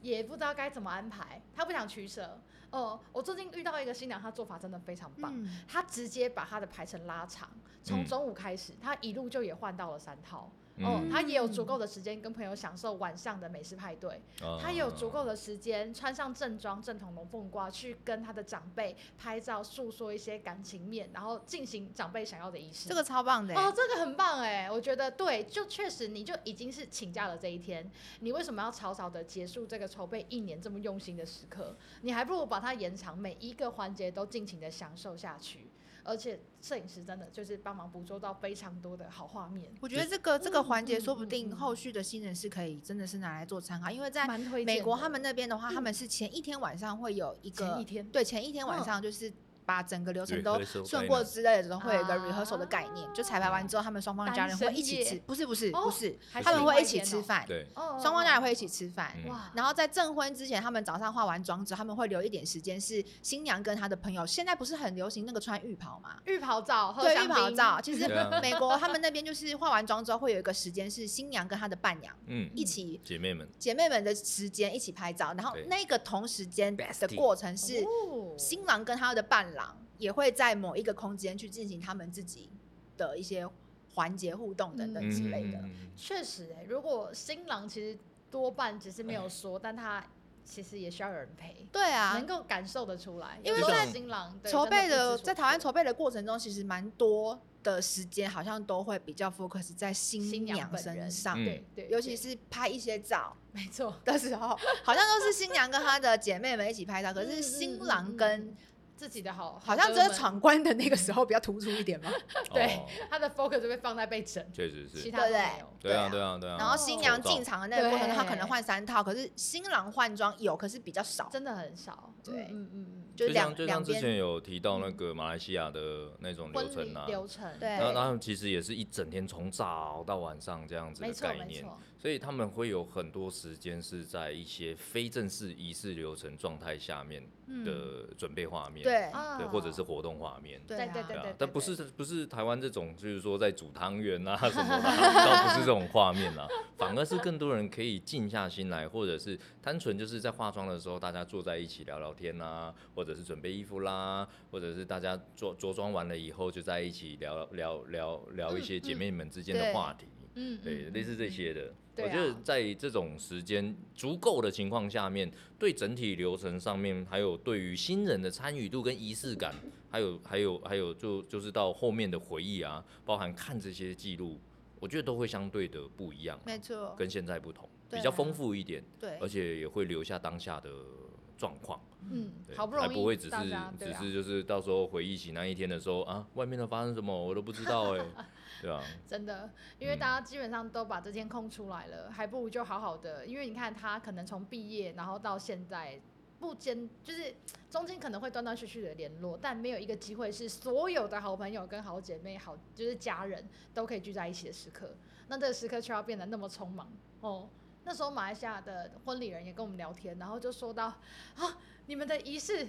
[SPEAKER 3] 也不知道该怎么安排，她不想取舍。哦、我最近遇到一个新娘，她做法真的非常棒，
[SPEAKER 4] 嗯，
[SPEAKER 3] 她直接把她的排程拉长，从
[SPEAKER 2] 嗯
[SPEAKER 3] 中午开始，她一路就也换到了三套。哦，
[SPEAKER 2] 嗯，
[SPEAKER 3] 他也有足够的时间跟朋友享受晚上的美食派对，他也有足够的时间穿上正装、正统龙凤褂去跟他的长辈拍照，诉说一些感情面，然后进行长辈想要的仪式。
[SPEAKER 4] 这个超棒的欸，
[SPEAKER 3] 哦，这个很棒哎，我觉得对，就确实你就已经是请假了这一天，你为什么要草草的结束这个筹备一年这么用心的时刻？你还不如把它延长，每一个环节都尽情的享受下去。而且摄影师真的就是帮忙捕捉到非常多的好画面。
[SPEAKER 4] 我觉得这个这个环节说不
[SPEAKER 3] 嗯嗯
[SPEAKER 4] 定
[SPEAKER 3] 嗯
[SPEAKER 4] 后续的新人是可以真的是拿来做参考，因为在
[SPEAKER 3] 蛮推荐的。嗯
[SPEAKER 4] 美国他们那边的话，他们是前一天晚上会有一个
[SPEAKER 3] 前一天嗯
[SPEAKER 4] 对前一天晚上就是把整个流程都
[SPEAKER 2] Rehearsal 嗯
[SPEAKER 4] 顺过之类的，都会有一个
[SPEAKER 3] 啊
[SPEAKER 4] rehearsal 的概念，就彩排完之后，他们双方的家人会一起
[SPEAKER 3] 单身
[SPEAKER 4] 吃，
[SPEAKER 3] 夜
[SPEAKER 4] 不是不是
[SPEAKER 3] 哦
[SPEAKER 4] 不是，
[SPEAKER 3] 还是
[SPEAKER 4] 他们会一起
[SPEAKER 3] 另外一天
[SPEAKER 4] 吃
[SPEAKER 3] 哦
[SPEAKER 4] 饭，
[SPEAKER 2] 啊对，
[SPEAKER 3] 哦
[SPEAKER 4] 双方家人会一起吃饭。
[SPEAKER 2] 嗯
[SPEAKER 3] 哇，
[SPEAKER 4] 然后在证婚之前，他们早上化完妆之后，他们会留一点时间是新娘跟她的朋友。现在不是很流行那个穿浴袍吗？
[SPEAKER 3] 浴袍照，喝
[SPEAKER 4] 对，
[SPEAKER 3] 香
[SPEAKER 4] 浴袍
[SPEAKER 3] 槟
[SPEAKER 4] 照。，其实
[SPEAKER 2] 对 啊
[SPEAKER 4] 美国他们那边就是化完妆之后会有一个时间是新娘跟她的伴娘
[SPEAKER 2] 嗯，
[SPEAKER 4] 一起
[SPEAKER 2] 姐妹们，
[SPEAKER 4] 姐妹们的时间一起拍照，然后
[SPEAKER 2] 对
[SPEAKER 4] 那个同时间的
[SPEAKER 2] Bestie
[SPEAKER 4] 过程是
[SPEAKER 3] 哦
[SPEAKER 4] 新郎跟他的伴郎也会在某一个空间去进行他们自己的一些环节互动等等
[SPEAKER 3] 嗯
[SPEAKER 4] 之类的。
[SPEAKER 2] 嗯
[SPEAKER 3] 确实哎、如果新郎其实多半只是没有说，但他其实也需要有人陪，
[SPEAKER 4] 对啊
[SPEAKER 3] 能，够感受得出来。
[SPEAKER 4] 因为
[SPEAKER 3] 有时候
[SPEAKER 2] 在
[SPEAKER 3] 新郎对
[SPEAKER 4] 筹备
[SPEAKER 3] 真的
[SPEAKER 4] 的
[SPEAKER 3] 不知所
[SPEAKER 4] 在台湾
[SPEAKER 3] 措
[SPEAKER 4] 筹备的过程中，其实蛮多的时间好像都会比较 focus 在
[SPEAKER 3] 新
[SPEAKER 4] 新
[SPEAKER 3] 娘
[SPEAKER 4] 娘
[SPEAKER 3] 本
[SPEAKER 4] 身
[SPEAKER 3] 人
[SPEAKER 4] 上，
[SPEAKER 2] 嗯
[SPEAKER 3] 对对，
[SPEAKER 4] 尤其
[SPEAKER 3] 对
[SPEAKER 4] 是拍一些照。
[SPEAKER 3] 没错，
[SPEAKER 4] 的时候，好像都是新娘跟她的姐妹们一起拍照，可
[SPEAKER 3] 嗯
[SPEAKER 4] 是
[SPEAKER 3] 嗯
[SPEAKER 4] 新
[SPEAKER 3] 嗯
[SPEAKER 4] 郎
[SPEAKER 3] 嗯
[SPEAKER 4] 跟
[SPEAKER 3] 嗯自己的好，
[SPEAKER 4] 好像
[SPEAKER 3] 哥
[SPEAKER 4] 只是
[SPEAKER 3] 们
[SPEAKER 4] 闯关的那个时候比较突出一点嘛。
[SPEAKER 3] 对
[SPEAKER 2] 哦
[SPEAKER 3] 他的 focus 就被放在被整，
[SPEAKER 2] 确实
[SPEAKER 3] 其
[SPEAKER 2] 是，
[SPEAKER 3] 他都
[SPEAKER 4] 对
[SPEAKER 3] 没有。
[SPEAKER 2] 对啊，
[SPEAKER 4] 对
[SPEAKER 2] 对啊，对啊。
[SPEAKER 4] 然后新娘进场的那个过程中，她可能
[SPEAKER 3] 对
[SPEAKER 4] 换三套，可是新郎换装有，可是比较少，
[SPEAKER 3] 真的很少，
[SPEAKER 4] 对
[SPEAKER 3] 嗯嗯嗯
[SPEAKER 4] 就
[SPEAKER 2] 就像
[SPEAKER 4] 两
[SPEAKER 2] 就
[SPEAKER 4] 两
[SPEAKER 2] 像之
[SPEAKER 4] 边
[SPEAKER 2] 前有提到那个马来西亚的那种
[SPEAKER 3] 嗯，
[SPEAKER 2] 流
[SPEAKER 3] 婚礼
[SPEAKER 2] 程啊，
[SPEAKER 3] 流程，
[SPEAKER 4] 对
[SPEAKER 2] 然后然后其实也是一整天从早到晚上这样子
[SPEAKER 3] 没
[SPEAKER 2] 的
[SPEAKER 3] 错
[SPEAKER 2] 概
[SPEAKER 3] 没
[SPEAKER 2] 念
[SPEAKER 3] 错，，
[SPEAKER 2] 所以他们会有很多时间是在一些非正式仪式流程状态下面的准备画面，
[SPEAKER 4] 对
[SPEAKER 2] 对，或者是活动画面，
[SPEAKER 4] 对
[SPEAKER 3] 哦对
[SPEAKER 4] 啊
[SPEAKER 2] 对
[SPEAKER 3] 对嗯对
[SPEAKER 2] 啊
[SPEAKER 3] 对，
[SPEAKER 2] 但不
[SPEAKER 3] 对
[SPEAKER 2] 是不是台湾这种，就是说在煮汤圆啊什么的啊，倒不是这种画面啦，反而是更多人可以静下心来，或者是单纯就是在化妆的时候，大家坐在一起聊聊天啊，或者是准备衣服啦，或者是大家着着装完了以后，就在一起聊聊聊聊一些姐妹们之间
[SPEAKER 4] 嗯嗯
[SPEAKER 2] 的话题。
[SPEAKER 3] 嗯，嗯
[SPEAKER 2] 对，类似这。些的。
[SPEAKER 3] 对
[SPEAKER 2] 我觉得
[SPEAKER 3] 啊
[SPEAKER 2] 在这种时间足够的情况下面，对整体流程上面，还有对于新人的参与度跟仪式感，还有还有还有就就是到后面的回忆啊，包含看这些记录，我觉得都会相对的不一样啊、
[SPEAKER 4] 没错，
[SPEAKER 2] 跟现在不同，
[SPEAKER 4] 对
[SPEAKER 2] 比较
[SPEAKER 4] 啊
[SPEAKER 2] 丰富一点，
[SPEAKER 4] 对
[SPEAKER 2] 而，且也会留下当下的状况。
[SPEAKER 3] 嗯，
[SPEAKER 2] 对
[SPEAKER 3] 好不
[SPEAKER 2] 才
[SPEAKER 3] 容易
[SPEAKER 2] 不会只是
[SPEAKER 3] 大家对
[SPEAKER 2] 只
[SPEAKER 3] 啊
[SPEAKER 2] 是就是到时候回忆起那一天的时候啊，外面的发生什么我都不知道哎、 对吧、
[SPEAKER 3] 真的，因为
[SPEAKER 2] 嗯
[SPEAKER 3] 大家基本上都把这天空出来了，还不如就好好的，因为你看他可能从毕业然后到现在。不间就是中间可能会断断续续的联络，但没有一个机会是所有的好朋友跟好姐妹、好就是家人都可以聚在一起的时刻。那这个时刻却要变得那么匆忙哦。那时候马来西亚的婚礼人也跟我们聊天，然后就说到啊，你们的仪式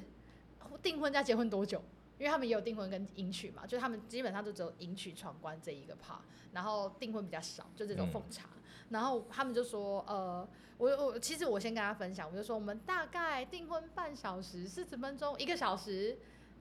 [SPEAKER 3] 订婚加结婚多久？因为他们也有订婚跟迎娶嘛，就他们基本上就只有迎娶闯关这一个 part，然后订婚比较少，就这种奉茶。然后他们就说，呃，我我其实我先跟大家分享，我就说我们大概订婚半小时、四十分钟、一个小时。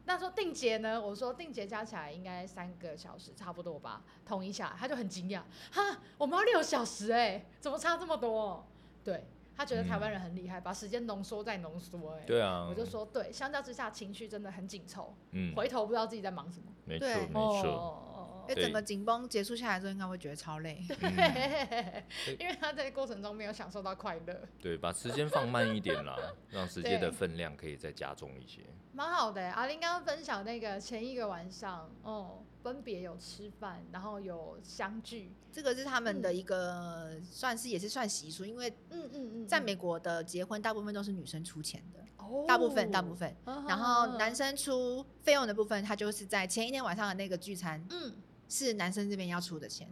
[SPEAKER 3] 那时候定结呢，我说定结加起来应该三个小时差不多吧，统一下来，他就很惊讶，哈，我们要六小时哎、怎么差这么多？对他觉得台湾人很厉害，把时间浓缩再浓缩哎。
[SPEAKER 2] 对啊，
[SPEAKER 3] 我就说对，相较之下情绪真的很紧凑，
[SPEAKER 2] 嗯，
[SPEAKER 3] 回头不知道自己在忙什么。
[SPEAKER 2] 没错
[SPEAKER 4] 对
[SPEAKER 2] 没
[SPEAKER 3] 哦
[SPEAKER 2] 错。
[SPEAKER 3] 哦哦
[SPEAKER 4] 因为
[SPEAKER 2] 对
[SPEAKER 4] 哎整个紧绷结束下来之后，应该会觉得超累。
[SPEAKER 2] 嗯，
[SPEAKER 3] 哦因为他在过程中没有享受到快乐，
[SPEAKER 2] 对，把时间放慢一点啦，让时间的
[SPEAKER 3] 对
[SPEAKER 2] 分量可以再加重一些。
[SPEAKER 3] 蛮好的欸。阿玲刚刚分享那个前一个晚上，哦，分别有吃饭，然后有相聚，
[SPEAKER 4] 这个是他们的
[SPEAKER 3] 嗯
[SPEAKER 4] 一个算是也是算习俗，因为
[SPEAKER 3] 嗯嗯嗯，
[SPEAKER 4] 在
[SPEAKER 3] 嗯
[SPEAKER 4] 美国的结婚大部分都是女生出钱的，
[SPEAKER 3] 哦
[SPEAKER 4] 大部分大部，分，
[SPEAKER 3] 啊
[SPEAKER 4] 然后男，生出费用的部分，他就是在前一天晚上的那个聚餐
[SPEAKER 3] 嗯，
[SPEAKER 4] 是男生这边要出的钱，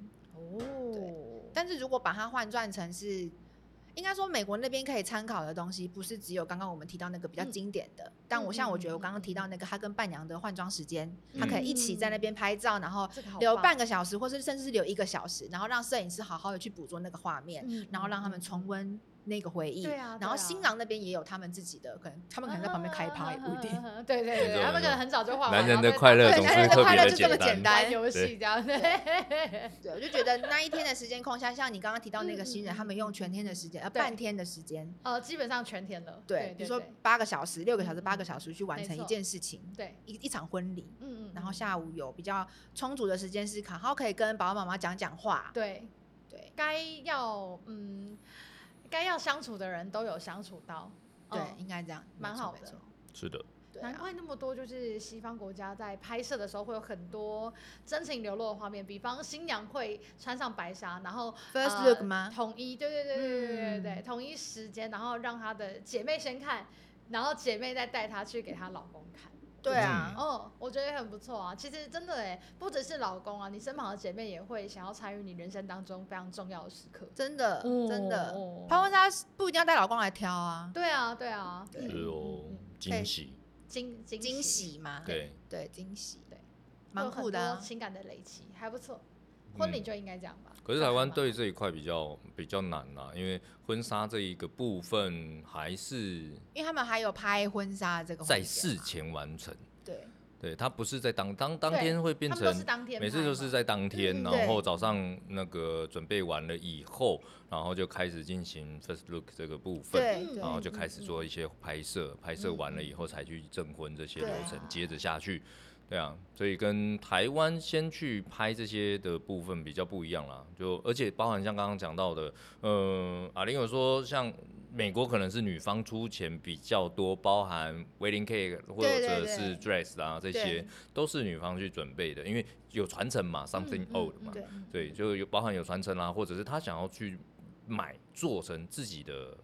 [SPEAKER 3] 哦，
[SPEAKER 4] 但是如果把它换算成是，应该说美国那边可以参考的东西，不是只有刚刚我们提到那个比较
[SPEAKER 3] 嗯
[SPEAKER 4] 经典的。但我像我觉得我刚刚提到那个，他跟伴娘的换装时间，
[SPEAKER 3] 嗯
[SPEAKER 4] 他可以一起在那边拍照，然后
[SPEAKER 3] 这个好
[SPEAKER 4] 留
[SPEAKER 3] 棒
[SPEAKER 4] 半个小时，或是甚至是留一个小时，然后让摄影师好好的去捕捉那个画面，
[SPEAKER 3] 嗯
[SPEAKER 4] 然后让他们
[SPEAKER 3] 嗯
[SPEAKER 4] 重温那个回忆。
[SPEAKER 3] 对啊对
[SPEAKER 4] 然后
[SPEAKER 3] 啊
[SPEAKER 4] 新郎那边也有他们自己的，可能他们可能在旁边开趴也不一定。
[SPEAKER 3] 啊。对对
[SPEAKER 2] 没
[SPEAKER 3] 对，
[SPEAKER 2] 错
[SPEAKER 3] 他们
[SPEAKER 2] 没
[SPEAKER 3] 可能
[SPEAKER 2] 错
[SPEAKER 3] 很早就画完，
[SPEAKER 2] 男人
[SPEAKER 3] 然后
[SPEAKER 2] 的
[SPEAKER 3] 再
[SPEAKER 2] 快乐
[SPEAKER 3] 对
[SPEAKER 2] 总
[SPEAKER 3] 男
[SPEAKER 2] 是
[SPEAKER 3] 人的
[SPEAKER 2] 特
[SPEAKER 3] 快
[SPEAKER 2] 别的
[SPEAKER 3] 乐就
[SPEAKER 2] 简
[SPEAKER 3] 这么
[SPEAKER 2] 单
[SPEAKER 3] 简单，
[SPEAKER 4] 单
[SPEAKER 3] 游戏这样对。
[SPEAKER 4] 对，我就觉得那一天的时间空下，像你刚刚提到那
[SPEAKER 3] 嗯
[SPEAKER 4] 个新人，
[SPEAKER 3] 嗯
[SPEAKER 4] 他们用全天的时间，呃，
[SPEAKER 3] 对
[SPEAKER 4] 半天的时间，
[SPEAKER 3] 呃，基本上全填了。
[SPEAKER 4] 对
[SPEAKER 3] 对，，
[SPEAKER 4] 比如说
[SPEAKER 3] 对
[SPEAKER 4] 八个小时、六个小时、
[SPEAKER 3] 嗯
[SPEAKER 4] 八个小时去完
[SPEAKER 3] 没
[SPEAKER 4] 成一
[SPEAKER 3] 错
[SPEAKER 4] 件事情，
[SPEAKER 3] 对，
[SPEAKER 4] 一一场婚礼，
[SPEAKER 3] 嗯嗯，
[SPEAKER 4] 然后
[SPEAKER 3] 嗯
[SPEAKER 4] 下午有比较充足的时间是好好可以跟爸爸妈妈讲讲话，
[SPEAKER 3] 对
[SPEAKER 4] 对
[SPEAKER 3] 该要嗯该要相处的人都有相处到，
[SPEAKER 4] 对
[SPEAKER 3] 嗯
[SPEAKER 4] 应该这样，没
[SPEAKER 3] 蛮
[SPEAKER 4] 错
[SPEAKER 3] 好
[SPEAKER 4] 没
[SPEAKER 3] 的
[SPEAKER 4] 错
[SPEAKER 2] 是的，
[SPEAKER 4] 对
[SPEAKER 3] 难
[SPEAKER 4] 啊，
[SPEAKER 3] 怪那么多就是西方国家在拍摄的时候会有很多真情流露的画面，比方新娘会穿上白纱，然后
[SPEAKER 4] First
[SPEAKER 3] 呃
[SPEAKER 4] look 吗
[SPEAKER 3] 统一，对对对对对对对，
[SPEAKER 4] 啊嗯
[SPEAKER 3] 统一时间，然后让她的姐妹先看，然后姐妹再带她去给她老公看。
[SPEAKER 4] 对啊，
[SPEAKER 3] 哦，我觉得也很不错啊。其实真的哎，不只是老公啊，你身旁的姐妹也会想要参与你人生当中非常重要的时刻。
[SPEAKER 4] 真的真的，
[SPEAKER 3] 哦
[SPEAKER 4] 拍婚纱不一定要带老公来挑啊，
[SPEAKER 3] 对啊，对啊，
[SPEAKER 4] 对
[SPEAKER 2] 是哦
[SPEAKER 3] 嗯嗯，
[SPEAKER 2] 惊喜，
[SPEAKER 3] 惊惊
[SPEAKER 4] 惊喜嘛，
[SPEAKER 2] 对，
[SPEAKER 4] 对惊喜，
[SPEAKER 3] 对，
[SPEAKER 4] 蛮酷的
[SPEAKER 3] 有很
[SPEAKER 4] 啊
[SPEAKER 3] 多，情感的累积还不错。婚礼
[SPEAKER 2] 嗯
[SPEAKER 3] 就应该这样吧。
[SPEAKER 2] 可是台湾对这一块比较比较难啦、因为婚纱这一个部分还是
[SPEAKER 4] 因为他们还有拍婚纱这个环
[SPEAKER 2] 在
[SPEAKER 4] 节
[SPEAKER 2] 事
[SPEAKER 4] 嘛，
[SPEAKER 2] 前完成，
[SPEAKER 4] 对
[SPEAKER 3] 嗯
[SPEAKER 2] 对，它不是在当当当
[SPEAKER 3] 对
[SPEAKER 2] 天会变
[SPEAKER 3] 他们都
[SPEAKER 2] 成
[SPEAKER 3] 是当天拍嘛，
[SPEAKER 2] 每次都是在当天，
[SPEAKER 4] 嗯
[SPEAKER 2] 然后
[SPEAKER 4] 对
[SPEAKER 2] 早上那个准备完了以后，然后就开始进行 first look 这个部分，
[SPEAKER 4] 对
[SPEAKER 3] 嗯
[SPEAKER 4] 对
[SPEAKER 2] 然后
[SPEAKER 3] 嗯
[SPEAKER 2] 就开始做一些拍摄，拍摄完了以后才去证婚这些流程
[SPEAKER 4] 对啊，
[SPEAKER 2] 接着下去。对啊，所以跟台湾先去拍这些的部分比较不一样啦，就而且包含像刚刚讲到的，呃，阿玲有说像美国可能是女方出钱比较多，包含 wedding cake 或
[SPEAKER 4] 对对
[SPEAKER 2] 者
[SPEAKER 4] 对
[SPEAKER 2] 是 dress 啊这些
[SPEAKER 4] 对
[SPEAKER 2] 都是女方去准备的，因为有传承嘛，something
[SPEAKER 3] 嗯
[SPEAKER 2] old
[SPEAKER 3] 嗯
[SPEAKER 2] 嘛，
[SPEAKER 4] 对
[SPEAKER 2] 对，就有包含有传承啦、或者是他想要去买做成自己的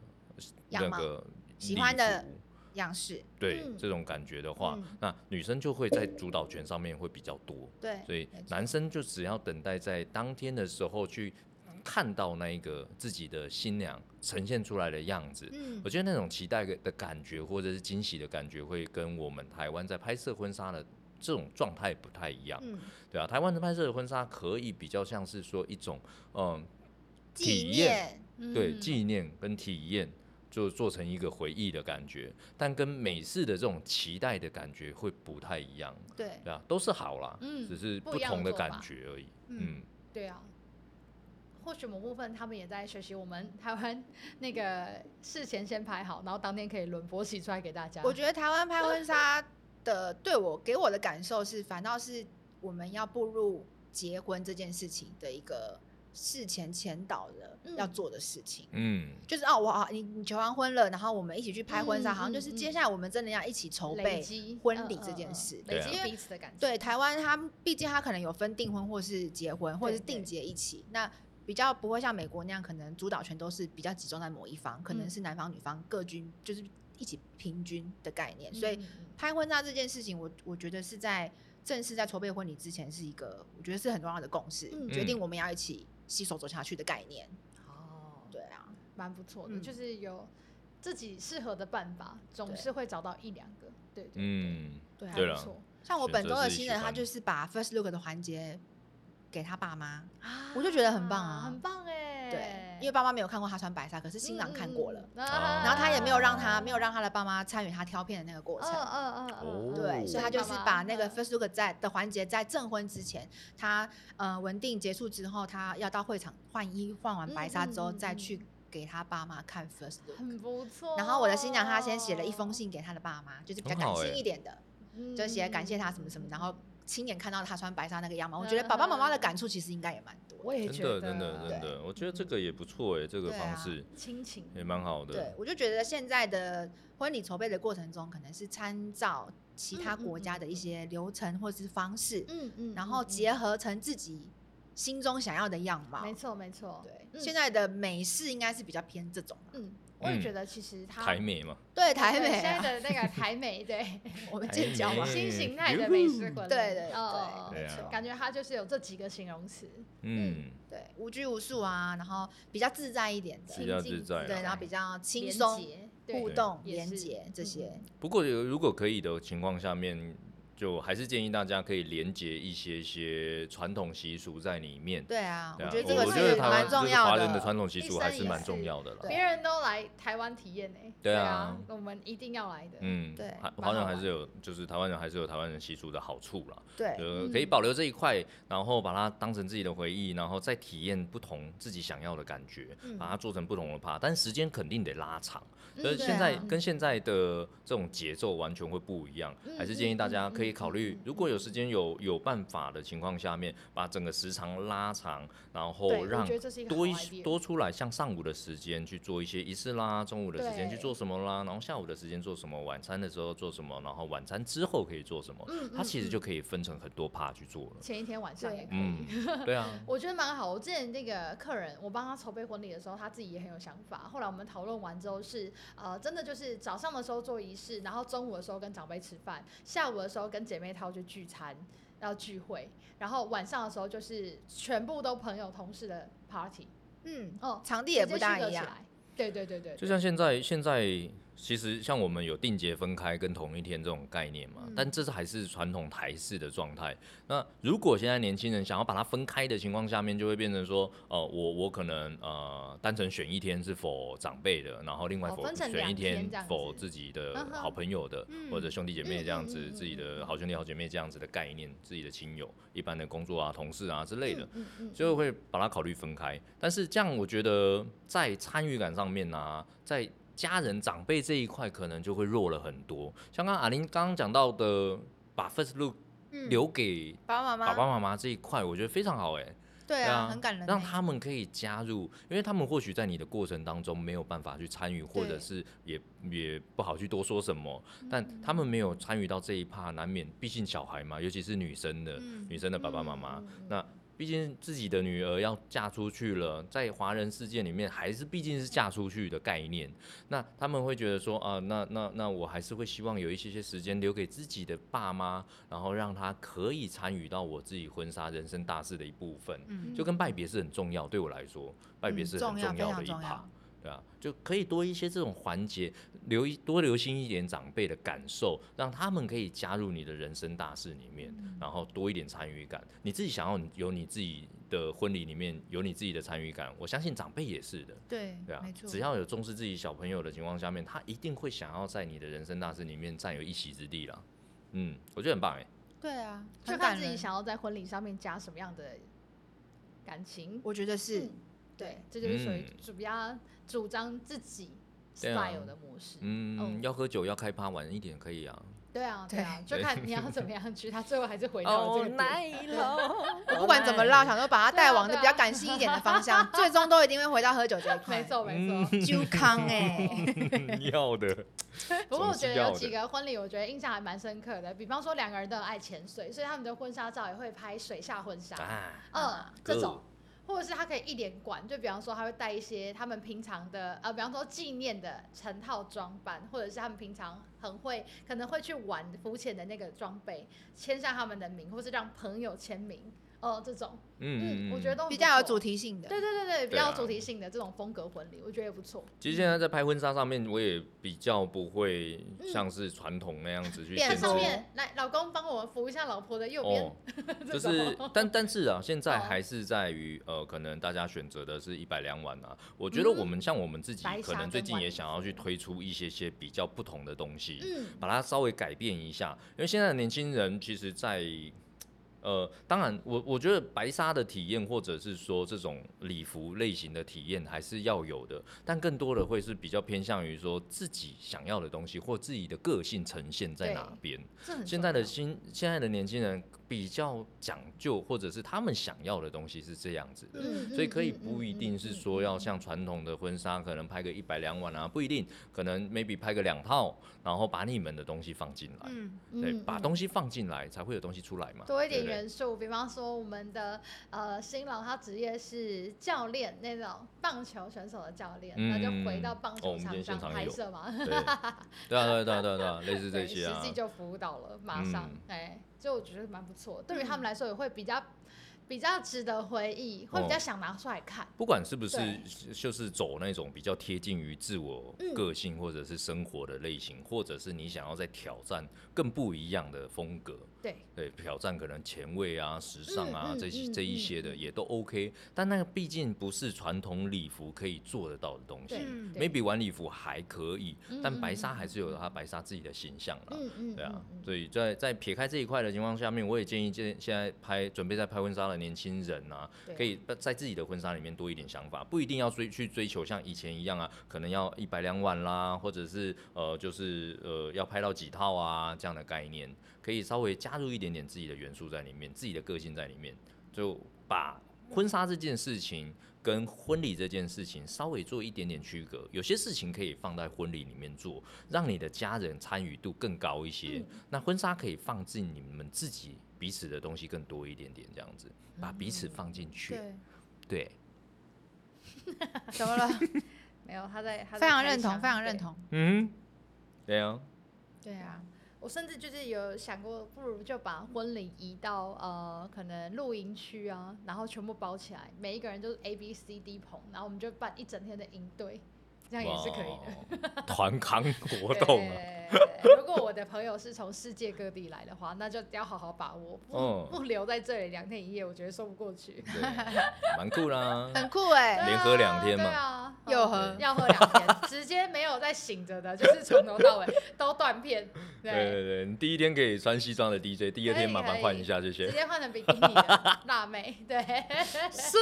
[SPEAKER 2] 那
[SPEAKER 4] 样貌
[SPEAKER 2] 个
[SPEAKER 4] 喜
[SPEAKER 2] 礼
[SPEAKER 4] 欢的
[SPEAKER 2] 服
[SPEAKER 4] 样式，
[SPEAKER 2] 对、
[SPEAKER 3] 嗯
[SPEAKER 2] 这种感觉的话，
[SPEAKER 4] 嗯
[SPEAKER 2] 那女生就会在主导权上面会比较多，
[SPEAKER 4] 对
[SPEAKER 2] 所以
[SPEAKER 4] 没错
[SPEAKER 2] 男生就只要等待在当天的时候去看到那一个自己的新娘呈现出来的样子，
[SPEAKER 4] 嗯
[SPEAKER 2] 我觉得那种期待的感觉，或者是惊喜的感觉，会跟我们台湾在拍摄婚纱的这种状态不太一样，
[SPEAKER 4] 嗯，
[SPEAKER 2] 对啊，台湾的拍摄的婚纱可以比较像是说一种，嗯，
[SPEAKER 4] 纪
[SPEAKER 2] 体验
[SPEAKER 4] 念，
[SPEAKER 2] 对
[SPEAKER 3] 嗯
[SPEAKER 2] 纪念跟体验，就做成一个回忆的感觉，但跟美式的这种期待的感觉会不太一样，
[SPEAKER 4] 对，
[SPEAKER 2] 对啊，都是好啦，
[SPEAKER 3] 嗯
[SPEAKER 2] 只是
[SPEAKER 3] 不
[SPEAKER 2] 不
[SPEAKER 3] 一样的
[SPEAKER 2] 同的
[SPEAKER 3] 做
[SPEAKER 2] 感
[SPEAKER 3] 法
[SPEAKER 2] 觉而已，
[SPEAKER 4] 嗯
[SPEAKER 2] 嗯
[SPEAKER 3] 对啊，或许某部分他们也在学习我们 台湾那个事前先排好，然后当天可以轮播洗出来给大家。
[SPEAKER 4] 我觉得台湾拍婚纱的对我给我的感受是，反倒是我们要步入结婚这件事情的一个事前前导的、
[SPEAKER 3] 嗯
[SPEAKER 4] 要做的事情。
[SPEAKER 2] 嗯，
[SPEAKER 4] 就是哦，我好，你你求完婚了，然后我们一起去拍婚纱，
[SPEAKER 3] 嗯
[SPEAKER 4] 好像就是
[SPEAKER 3] 嗯
[SPEAKER 4] 接下来我们真的要一起筹
[SPEAKER 3] 累
[SPEAKER 4] 备
[SPEAKER 3] 积
[SPEAKER 4] 婚礼
[SPEAKER 3] 嗯
[SPEAKER 4] 这
[SPEAKER 3] 嗯
[SPEAKER 4] 件
[SPEAKER 3] 嗯
[SPEAKER 4] 事。
[SPEAKER 2] 对
[SPEAKER 3] 累
[SPEAKER 2] 啊
[SPEAKER 3] 积
[SPEAKER 4] 因为
[SPEAKER 3] 彼此的感情。
[SPEAKER 4] 对台湾，它毕竟它可能有分订婚或是结婚，或者是
[SPEAKER 3] 对对
[SPEAKER 4] 定结一起，那比较不会像美国那样，可能主导权都是比较集中在某一方，可能
[SPEAKER 3] 嗯
[SPEAKER 4] 是男方女方各均，就是一起平均的概念。所以
[SPEAKER 3] 嗯嗯
[SPEAKER 4] 拍婚纱这件事情，我我觉得是在正式在筹备婚礼之前，是一个我觉得是很重要的共识，
[SPEAKER 3] 嗯
[SPEAKER 4] 决定
[SPEAKER 2] 嗯
[SPEAKER 4] 我们要一起携手走下去的概念。
[SPEAKER 3] 嗯哦，
[SPEAKER 4] 对啊，
[SPEAKER 3] 蛮不错的，
[SPEAKER 4] 嗯
[SPEAKER 3] 就是有自己适合的办法，总
[SPEAKER 4] 对
[SPEAKER 3] 是会找到一两个。对对对，
[SPEAKER 2] 嗯，
[SPEAKER 4] 对啊
[SPEAKER 2] 对
[SPEAKER 3] 不
[SPEAKER 2] 了，
[SPEAKER 3] 错
[SPEAKER 4] 像我
[SPEAKER 2] 选
[SPEAKER 4] 本
[SPEAKER 2] 择
[SPEAKER 4] 周的
[SPEAKER 2] 自己
[SPEAKER 4] 新
[SPEAKER 2] 喜
[SPEAKER 4] 人，他
[SPEAKER 2] 欢
[SPEAKER 4] 就是把 first look 的环节给他爸妈，
[SPEAKER 3] 啊
[SPEAKER 4] 我就觉得很棒啊
[SPEAKER 3] 很棒哎。
[SPEAKER 4] 对，因为爸妈没有看过他穿白纱，可是新郎看过了。
[SPEAKER 3] 嗯，嗯嗯啊
[SPEAKER 4] 然后他也没有让
[SPEAKER 2] 啊
[SPEAKER 4] 他没有让他的爸妈参与他挑片的那个过程，
[SPEAKER 3] 嗯嗯嗯嗯，
[SPEAKER 4] 对，
[SPEAKER 2] 哦
[SPEAKER 4] 所以他就是把那个 first look 在的环节，在证婚之前，他呃文定结束之后，他要到会场换衣换完白纱之后，
[SPEAKER 3] 嗯嗯嗯
[SPEAKER 4] 再
[SPEAKER 3] 嗯哦
[SPEAKER 4] 去给他爸妈看 first look。
[SPEAKER 3] 很不错。
[SPEAKER 4] 然后我的新娘她先写了一封，信给她的爸妈，就是比较
[SPEAKER 2] 很
[SPEAKER 4] 感
[SPEAKER 2] 好
[SPEAKER 4] 性
[SPEAKER 2] 欸
[SPEAKER 4] 一点的，
[SPEAKER 3] 嗯
[SPEAKER 4] 就写感谢他什么什么，然后
[SPEAKER 3] 嗯嗯
[SPEAKER 4] 亲眼看到他穿白纱那个样貌，我觉得爸爸妈妈的感触其实应该也蛮多的。
[SPEAKER 3] 我也觉
[SPEAKER 2] 嗯真的真的真
[SPEAKER 4] 对
[SPEAKER 2] 的，我觉得这个也不错哎，这个
[SPEAKER 4] 对
[SPEAKER 2] 方
[SPEAKER 4] 啊
[SPEAKER 2] 式
[SPEAKER 3] 亲情
[SPEAKER 2] 也蛮好的，
[SPEAKER 4] 对，我就觉得现在的婚礼筹备的过程中，可能是参照其他
[SPEAKER 3] 嗯嗯
[SPEAKER 4] 国家的一些流程或是方式，
[SPEAKER 3] 嗯嗯
[SPEAKER 4] 然后结合成自己心中想要的样貌。
[SPEAKER 3] 没错没错，
[SPEAKER 4] 对，
[SPEAKER 3] 嗯
[SPEAKER 4] 现在的美式应该是比较偏这种啦。
[SPEAKER 3] 嗯，我也
[SPEAKER 2] 嗯
[SPEAKER 3] 觉得其实他
[SPEAKER 2] 台美嘛，
[SPEAKER 4] 对，台
[SPEAKER 3] 对
[SPEAKER 4] 美
[SPEAKER 3] 现在
[SPEAKER 4] 啊，
[SPEAKER 3] 的 那个台美，对
[SPEAKER 4] 我们
[SPEAKER 2] 台
[SPEAKER 4] 建交嘛
[SPEAKER 2] 美。
[SPEAKER 3] 新形态的美食
[SPEAKER 2] 哟
[SPEAKER 3] 婚礼，
[SPEAKER 4] 对对
[SPEAKER 3] 哦
[SPEAKER 4] 对，
[SPEAKER 2] 对
[SPEAKER 4] 没
[SPEAKER 2] 啊
[SPEAKER 4] 错。
[SPEAKER 3] 感觉他就是有这几个形容词，
[SPEAKER 2] 嗯，
[SPEAKER 4] 对，无拘无束啊，然后比较自在一点
[SPEAKER 2] 比
[SPEAKER 4] 的，
[SPEAKER 2] 较
[SPEAKER 3] 亲近
[SPEAKER 2] 自在
[SPEAKER 4] 对，
[SPEAKER 2] 啦
[SPEAKER 4] 然后比较轻
[SPEAKER 3] 连
[SPEAKER 4] 松
[SPEAKER 3] 结
[SPEAKER 4] 互
[SPEAKER 3] 对
[SPEAKER 4] 动、
[SPEAKER 3] 也
[SPEAKER 4] 连
[SPEAKER 3] 是
[SPEAKER 4] 接这
[SPEAKER 3] 嗯
[SPEAKER 4] 些。
[SPEAKER 2] 不过有如果可以的情况下面，就还是建议大家可以连接一些些传统习俗在里面。
[SPEAKER 4] 对啊，
[SPEAKER 2] 对啊
[SPEAKER 4] 觉得这个
[SPEAKER 2] 我
[SPEAKER 3] 是
[SPEAKER 2] 觉得
[SPEAKER 4] 是
[SPEAKER 2] 台湾
[SPEAKER 4] 蛮
[SPEAKER 2] 就
[SPEAKER 4] 重
[SPEAKER 2] 是
[SPEAKER 4] 要
[SPEAKER 2] 华人的传统习
[SPEAKER 3] 一
[SPEAKER 2] 俗还
[SPEAKER 3] 生
[SPEAKER 2] 是
[SPEAKER 3] 一
[SPEAKER 2] 蛮
[SPEAKER 3] 世
[SPEAKER 2] 重要的
[SPEAKER 4] 对
[SPEAKER 2] 啦。
[SPEAKER 3] 别人都来台湾体验呢、
[SPEAKER 2] 对
[SPEAKER 3] 啊
[SPEAKER 2] 啊，
[SPEAKER 3] 我们一定要来的。
[SPEAKER 2] 嗯，
[SPEAKER 4] 对
[SPEAKER 2] 华
[SPEAKER 4] 蛮
[SPEAKER 2] 华人
[SPEAKER 4] 好
[SPEAKER 2] 还
[SPEAKER 4] 玩
[SPEAKER 2] 是有，就是台湾人还是有台湾人习俗的好处啦，
[SPEAKER 4] 对，嗯
[SPEAKER 2] 呃，可以保留这一块，然后把它当成自己的回忆，然后再体验不同自己想要的感觉，
[SPEAKER 4] 嗯
[SPEAKER 2] 把它做成不同的趴，但时间肯定得拉长。
[SPEAKER 3] 嗯
[SPEAKER 2] 所以
[SPEAKER 4] 对
[SPEAKER 2] 现在
[SPEAKER 4] 啊
[SPEAKER 2] 跟现在的这种节奏完全会不一样，还是建议大家可以考
[SPEAKER 3] 嗯嗯嗯
[SPEAKER 2] 虑
[SPEAKER 3] 嗯嗯，
[SPEAKER 2] 如果有时间有有办法的情况下面，把整个时长拉长，然
[SPEAKER 3] 对
[SPEAKER 2] 后
[SPEAKER 3] 我
[SPEAKER 2] 让
[SPEAKER 3] 觉得这是一个
[SPEAKER 2] 多
[SPEAKER 3] 好
[SPEAKER 2] 一
[SPEAKER 3] idea
[SPEAKER 2] 多出来，像上午的时间去做一些仪式啦，中午的时间去
[SPEAKER 3] 对
[SPEAKER 2] 做什么啦，然后下午的时间做什么，晚餐的时候做什么，然后晚餐之后可以做什么，
[SPEAKER 3] 嗯
[SPEAKER 2] 它其实
[SPEAKER 3] 嗯
[SPEAKER 2] 就可以分成很多趴去做了。
[SPEAKER 3] 前一天晚上也
[SPEAKER 4] 对
[SPEAKER 3] 可以。
[SPEAKER 2] 嗯，对啊，
[SPEAKER 3] 我觉得蛮好。我之前那个客人，我帮他筹备婚礼的时候，他自己也很有想法。后来我们讨论完之后是，呃，真的就是早上的时候做仪式，然后中午的时候跟长辈吃饭，下午的时候跟姐妹淘去聚餐，然后聚会，然后晚上的时候就是全部都朋友同事的 party，
[SPEAKER 4] 嗯，
[SPEAKER 3] 哦，
[SPEAKER 4] 场地也
[SPEAKER 3] 直接
[SPEAKER 4] 不大
[SPEAKER 3] 聚合
[SPEAKER 4] 一
[SPEAKER 3] 起
[SPEAKER 4] 样。
[SPEAKER 3] 来。对对对对，
[SPEAKER 2] 就像现在，现在其实像我们有定节分开跟同一天这种概念嘛，
[SPEAKER 3] 嗯
[SPEAKER 2] 但这是还是传统台式的状态。那如果现在年轻人想要把它分开的情况下面，就会变成说，呃，我我可能呃单纯选一天是否长辈的，然后另外
[SPEAKER 3] 哦
[SPEAKER 2] 否、
[SPEAKER 3] 分成
[SPEAKER 2] 选一
[SPEAKER 3] 两天
[SPEAKER 2] 天
[SPEAKER 3] 这样子
[SPEAKER 2] 否自己的
[SPEAKER 3] 嗯哼
[SPEAKER 2] 好朋友的、
[SPEAKER 4] 嗯
[SPEAKER 2] 或者兄弟姐妹这样子，
[SPEAKER 3] 嗯嗯嗯嗯
[SPEAKER 2] 自己
[SPEAKER 3] 嗯
[SPEAKER 2] 的好兄弟好姐妹这样子的概念，自己的亲友、一般的工作啊、同事啊之类的。
[SPEAKER 3] 嗯嗯嗯
[SPEAKER 2] 就会把它考虑分开。但是这样，我觉得在参与感上面呢、在家人长辈这一块可能就会弱了很多。像刚刚阿林刚刚讲到的，把 first look
[SPEAKER 4] 嗯
[SPEAKER 2] 留给
[SPEAKER 4] 爸爸妈
[SPEAKER 2] 爸爸
[SPEAKER 4] 妈，
[SPEAKER 2] 妈妈这一块，我觉得非常好哎、
[SPEAKER 4] 对
[SPEAKER 2] 对
[SPEAKER 4] 啊，
[SPEAKER 2] 啊
[SPEAKER 4] 很感人欸。
[SPEAKER 2] 让他们可以加入，因为他们或许在你的过程当中没有办法去参与，或者是也也不好去多说什么，
[SPEAKER 4] 嗯
[SPEAKER 3] 嗯
[SPEAKER 2] 但他们没有参与到这一趴，难免，毕竟小孩嘛，尤其是女生的，
[SPEAKER 4] 嗯
[SPEAKER 2] 女生的爸爸妈妈，
[SPEAKER 3] 嗯嗯嗯
[SPEAKER 2] 那毕竟自己的女儿要嫁出去了，在华人世界里面，还是毕竟是嫁出去的概念。那他们会觉得说啊，那那那我还是会希望有一些些时间留给自己的爸妈，然后让他可以参与到我自己婚纱人生大事的一部分。
[SPEAKER 4] 嗯，
[SPEAKER 2] 就跟拜别是很重要，对我来说，拜别
[SPEAKER 4] 嗯
[SPEAKER 2] 是
[SPEAKER 4] 重
[SPEAKER 2] 很
[SPEAKER 4] 要
[SPEAKER 2] 重
[SPEAKER 4] 非
[SPEAKER 2] 要
[SPEAKER 4] 常
[SPEAKER 2] 的一
[SPEAKER 4] 重
[SPEAKER 2] 趴
[SPEAKER 4] 要，
[SPEAKER 2] 对啊，就可以多一些这种环节，留一多留心一点长辈的感受，让他们可以加入你的人生大事里面，
[SPEAKER 3] 嗯
[SPEAKER 2] 然后多一点参与感。你自己想要有你自己的婚礼里面有你自己的参与感，我相信长辈也是的。
[SPEAKER 4] 对，
[SPEAKER 2] 对啊
[SPEAKER 4] 没，错，
[SPEAKER 2] 只要有重视自己小朋友的情况下面，他一定会想要在你的人生大事里面占有一席之地啦。嗯，我觉得很棒哎、
[SPEAKER 4] 对啊，
[SPEAKER 3] 就
[SPEAKER 4] 很
[SPEAKER 3] 看
[SPEAKER 4] 感
[SPEAKER 3] 自己
[SPEAKER 4] 人，
[SPEAKER 3] 想要在婚礼上面加什么样的感情。
[SPEAKER 4] 我觉得是
[SPEAKER 3] 嗯对，这就是属于
[SPEAKER 2] 嗯
[SPEAKER 3] 主要主张自己
[SPEAKER 2] 对啊
[SPEAKER 3] style 的模式。
[SPEAKER 2] 嗯，
[SPEAKER 3] 哦
[SPEAKER 2] 要喝酒要开趴晚一点可以啊。
[SPEAKER 3] 对啊，对哦啊，就
[SPEAKER 2] 对
[SPEAKER 3] 看你要怎么样去，他最后还是回到了这个点。
[SPEAKER 4] 嗯我不管怎么绕，想说把它
[SPEAKER 3] 对啊
[SPEAKER 4] 带往的
[SPEAKER 3] 对啊
[SPEAKER 4] 比较感性一点的方 向，最终都一定会回到喝酒这一块。
[SPEAKER 3] 没，错，没
[SPEAKER 2] 嗯
[SPEAKER 3] 错。
[SPEAKER 4] 酒康哎，
[SPEAKER 2] 要 的，
[SPEAKER 3] 不过我
[SPEAKER 2] 哦总是
[SPEAKER 3] 觉得
[SPEAKER 2] 要
[SPEAKER 3] 有
[SPEAKER 2] 的
[SPEAKER 3] 几个婚礼，我觉得印象还蛮深刻的。比方说两个人都很爱潜水，所以他们的婚纱照也会拍水下婚纱。
[SPEAKER 2] 啊，
[SPEAKER 3] 嗯
[SPEAKER 4] 啊，
[SPEAKER 3] 这
[SPEAKER 2] 歌
[SPEAKER 3] 种，或者是他可以一连贯，就比方说他会带一些他们平常的，呃，比方说纪念的成套装扮，或者是他们平常很会可能会去玩浮潜的那个装备，签上他们的名，或是让朋友签名，哦、这种，嗯，我觉得都 很
[SPEAKER 4] 比
[SPEAKER 3] 不
[SPEAKER 4] 较有
[SPEAKER 3] 错
[SPEAKER 4] 主。题性的。
[SPEAKER 3] 对对对对，比
[SPEAKER 2] 对
[SPEAKER 3] 较
[SPEAKER 2] 啊
[SPEAKER 3] 有主题性的这种风格婚礼，我觉得也不错。
[SPEAKER 2] 其实现在在拍婚纱上面，我也比较不会像是传统那样子去限
[SPEAKER 4] 变
[SPEAKER 3] 看
[SPEAKER 2] 制。
[SPEAKER 3] 上面，来，老公帮我扶一下老婆的右边，
[SPEAKER 2] 哦，
[SPEAKER 3] 这
[SPEAKER 2] 就
[SPEAKER 3] 种
[SPEAKER 2] 是，但但是啊，现在
[SPEAKER 3] 哦
[SPEAKER 2] 还是在于呃，可能大家选择的是一百两碗啊。我觉得我们像我们自己
[SPEAKER 3] 嗯白，
[SPEAKER 2] 可
[SPEAKER 3] 沙
[SPEAKER 2] 能最
[SPEAKER 3] 跟
[SPEAKER 2] 近
[SPEAKER 3] 丸
[SPEAKER 2] 也
[SPEAKER 3] 子
[SPEAKER 2] 想要去推出一些些比较不同的东西。
[SPEAKER 3] 嗯，
[SPEAKER 2] 把它稍微改变一下，因为现在的年轻人其实在，呃，当然我我觉得白纱的体验或者是说这种礼服类型的体验还是要有的，但更多的会是比较偏向于说自己想要的东西或自己的个性呈现在哪边。
[SPEAKER 3] 这很
[SPEAKER 2] 现在的新现在的年轻人比较讲究，或者是他们想要的东西是这样子的。
[SPEAKER 3] 嗯
[SPEAKER 2] 所以可以
[SPEAKER 3] 嗯嗯
[SPEAKER 2] 不一
[SPEAKER 3] 嗯
[SPEAKER 2] 定是
[SPEAKER 3] 嗯
[SPEAKER 2] 说要像传统的婚纱，可能拍个一百两晚啊，不一定，可能 maybe 拍个两套，然后把你们的东西放进来，
[SPEAKER 4] 嗯，
[SPEAKER 2] 对，
[SPEAKER 3] 嗯
[SPEAKER 2] 把
[SPEAKER 3] 嗯
[SPEAKER 2] 东西放进来才会有东西出来嘛，
[SPEAKER 3] 多一
[SPEAKER 2] 对
[SPEAKER 3] 点
[SPEAKER 2] 不对
[SPEAKER 3] 元素，比方说我们的呃新郎他职业是教练那种棒球选手的教练，那就回到
[SPEAKER 2] 嗯
[SPEAKER 3] 棒
[SPEAKER 2] 哦我
[SPEAKER 3] 球
[SPEAKER 2] 们今天
[SPEAKER 3] 场
[SPEAKER 2] 现
[SPEAKER 3] 上
[SPEAKER 2] 场
[SPEAKER 3] 拍
[SPEAKER 2] 有
[SPEAKER 3] 摄嘛，
[SPEAKER 2] 对，对啊，对啊对啊对啊对啊，类似这
[SPEAKER 3] 对，
[SPEAKER 2] 些啊
[SPEAKER 3] 实，际就服务到了，马上
[SPEAKER 2] 嗯
[SPEAKER 3] 哎，所以我觉得蛮不错，对于他们
[SPEAKER 4] 嗯
[SPEAKER 3] 来说也会比较比较值得回忆，会比较
[SPEAKER 2] 哦
[SPEAKER 3] 想拿出来看。
[SPEAKER 2] 不管是不是
[SPEAKER 3] 对
[SPEAKER 2] 就是走那种比较贴近于自我
[SPEAKER 3] 嗯
[SPEAKER 2] 个性或者是生活的类型，或者是你想要再挑战更不一样的风格，
[SPEAKER 3] 对，
[SPEAKER 2] 对，挑战可能前卫啊、时尚啊、
[SPEAKER 3] 嗯嗯
[SPEAKER 2] 这些
[SPEAKER 3] 嗯
[SPEAKER 2] 这一
[SPEAKER 3] 嗯
[SPEAKER 2] 些的
[SPEAKER 3] 嗯
[SPEAKER 2] 也都 OK，但那个毕竟不是传统礼服可以做得到的东西
[SPEAKER 3] 对。
[SPEAKER 4] 嗯
[SPEAKER 3] 对
[SPEAKER 2] maybe 晚礼服还可以，
[SPEAKER 3] 嗯
[SPEAKER 2] 但
[SPEAKER 3] 嗯
[SPEAKER 2] 白
[SPEAKER 3] 嗯
[SPEAKER 2] 纱还
[SPEAKER 3] 嗯
[SPEAKER 2] 是有它白纱自己的形象啦。
[SPEAKER 3] 嗯嗯，
[SPEAKER 2] 对啊
[SPEAKER 3] 嗯，嗯
[SPEAKER 2] 所以在在撇开这一块的情况下面，我也建议现现在拍准备在拍婚纱的年轻人啊，
[SPEAKER 3] 对
[SPEAKER 2] 可以在自己的婚纱里面多一点想法，不一定要追去追求像以前一样啊，可能要一百两晚啦，或者是呃就是呃要拍到几套啊这样的概念，可以稍微加入一点点自己的元素在里面，自己的个性在里面，就把婚纱这件事情。跟婚礼这件事情稍微做一点点区隔，有些事情可以放在婚礼里面做，让你的家人参与度更高一些。
[SPEAKER 4] 嗯
[SPEAKER 2] 那婚纱可以放进你们自己彼此的东西更多一点点，这样子把彼此放进去。
[SPEAKER 4] 嗯对，
[SPEAKER 2] 对，
[SPEAKER 4] 怎么了？
[SPEAKER 3] 没有他在，他在
[SPEAKER 4] 非常
[SPEAKER 3] 开
[SPEAKER 4] 认同，
[SPEAKER 3] 箱
[SPEAKER 4] 非常认
[SPEAKER 3] 对
[SPEAKER 4] 同。
[SPEAKER 2] 嗯，对啊，
[SPEAKER 3] 对啊，我甚至就是有想过，不如就把婚礼移到呃，可能露营区啊，然后全部包起来，每一个人就是 A B C D 棚，然后我们就办一整天的营队，这样也是可以的。
[SPEAKER 2] 以的。团康活动啊，
[SPEAKER 3] 对，如果我的朋友是从世界各地来的话，那就要好好把握，不、
[SPEAKER 2] 嗯
[SPEAKER 3] 不留在这里两天一夜，我觉得说不过去。
[SPEAKER 2] 对，蛮酷 啦。
[SPEAKER 4] 很酷哎、
[SPEAKER 2] 连喝两天嘛
[SPEAKER 3] 对啊，对啊
[SPEAKER 4] 又
[SPEAKER 3] 嗯
[SPEAKER 4] 喝
[SPEAKER 3] 要喝两天，直接没有在醒着的，就是从头到尾都断片。
[SPEAKER 2] 对对对，你第一天可以穿西装的 DJ，第二天麻烦换一下，谢
[SPEAKER 3] 直
[SPEAKER 2] 谢。
[SPEAKER 3] 接换成比基尼的辣妹，对，
[SPEAKER 2] 是，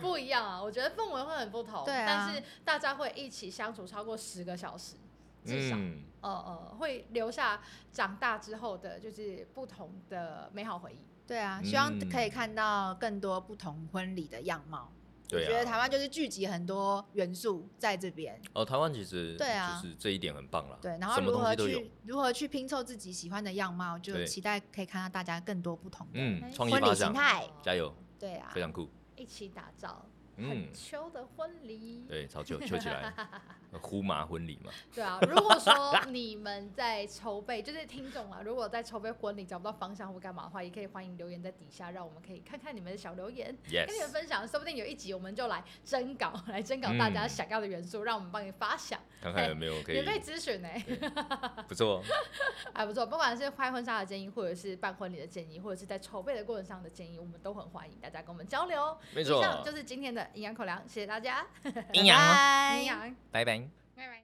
[SPEAKER 3] 不一样啊！我觉得氛围会很不同，
[SPEAKER 4] 对啊
[SPEAKER 3] 但是大家会一起相处超过十个小时，至少，
[SPEAKER 2] 嗯，
[SPEAKER 3] 呃呃，会留下长大之后的就是不同的美好回忆。
[SPEAKER 4] 对啊，希望
[SPEAKER 2] 嗯
[SPEAKER 4] 可以看到更多不同婚礼的样貌。
[SPEAKER 2] 对
[SPEAKER 4] 我觉得台
[SPEAKER 2] 啊。
[SPEAKER 4] 湾就是聚集很多元素在这边，
[SPEAKER 2] 哦，台湾其实
[SPEAKER 4] 对啊
[SPEAKER 2] 就是这一点很棒啦。
[SPEAKER 4] 对，然后
[SPEAKER 2] 什么
[SPEAKER 4] 如
[SPEAKER 2] 东
[SPEAKER 4] 何
[SPEAKER 2] 西都有
[SPEAKER 4] 去。如何去拼凑自己喜欢的样貌，就
[SPEAKER 2] 对
[SPEAKER 4] 期待可以看到大家更多不同的
[SPEAKER 2] 嗯，创意
[SPEAKER 4] 婚礼
[SPEAKER 2] 发
[SPEAKER 4] 形
[SPEAKER 2] 想，
[SPEAKER 4] 态。
[SPEAKER 2] 加油！
[SPEAKER 4] 对啊
[SPEAKER 2] 非，常酷。
[SPEAKER 3] 一起打造
[SPEAKER 2] 嗯
[SPEAKER 3] 很，秋的婚礼。
[SPEAKER 2] 对，超秋秋起来，呃呼麻婚礼嘛，
[SPEAKER 3] 对啊，如果说你们在筹备，就是听众啊，如果在筹备婚礼找不到方向或干嘛的话，也可以欢迎留言在底下，让我们可以看看你们的小留言，跟你们
[SPEAKER 2] yes，
[SPEAKER 3] 分享。说不定有一集我们就来征稿， 来征稿大家
[SPEAKER 2] 嗯
[SPEAKER 3] 想要的元素，让我们帮你发想，
[SPEAKER 2] 看看有没嗯有可以
[SPEAKER 3] 免，费咨询呢。
[SPEAKER 2] 不 错， 哦
[SPEAKER 3] 还不错，不管是拍婚纱的建议，或者是办婚礼的建议，或者是在筹备的过程上的建议，我们都很欢迎大家跟我们交流哦。
[SPEAKER 2] 没
[SPEAKER 3] 以
[SPEAKER 2] 错，
[SPEAKER 3] 上就是今天的营养口粮，谢谢大家，
[SPEAKER 2] 阴阳，哦
[SPEAKER 4] 拜
[SPEAKER 1] 哎
[SPEAKER 3] 营养，
[SPEAKER 2] 拜拜。
[SPEAKER 3] 拜拜。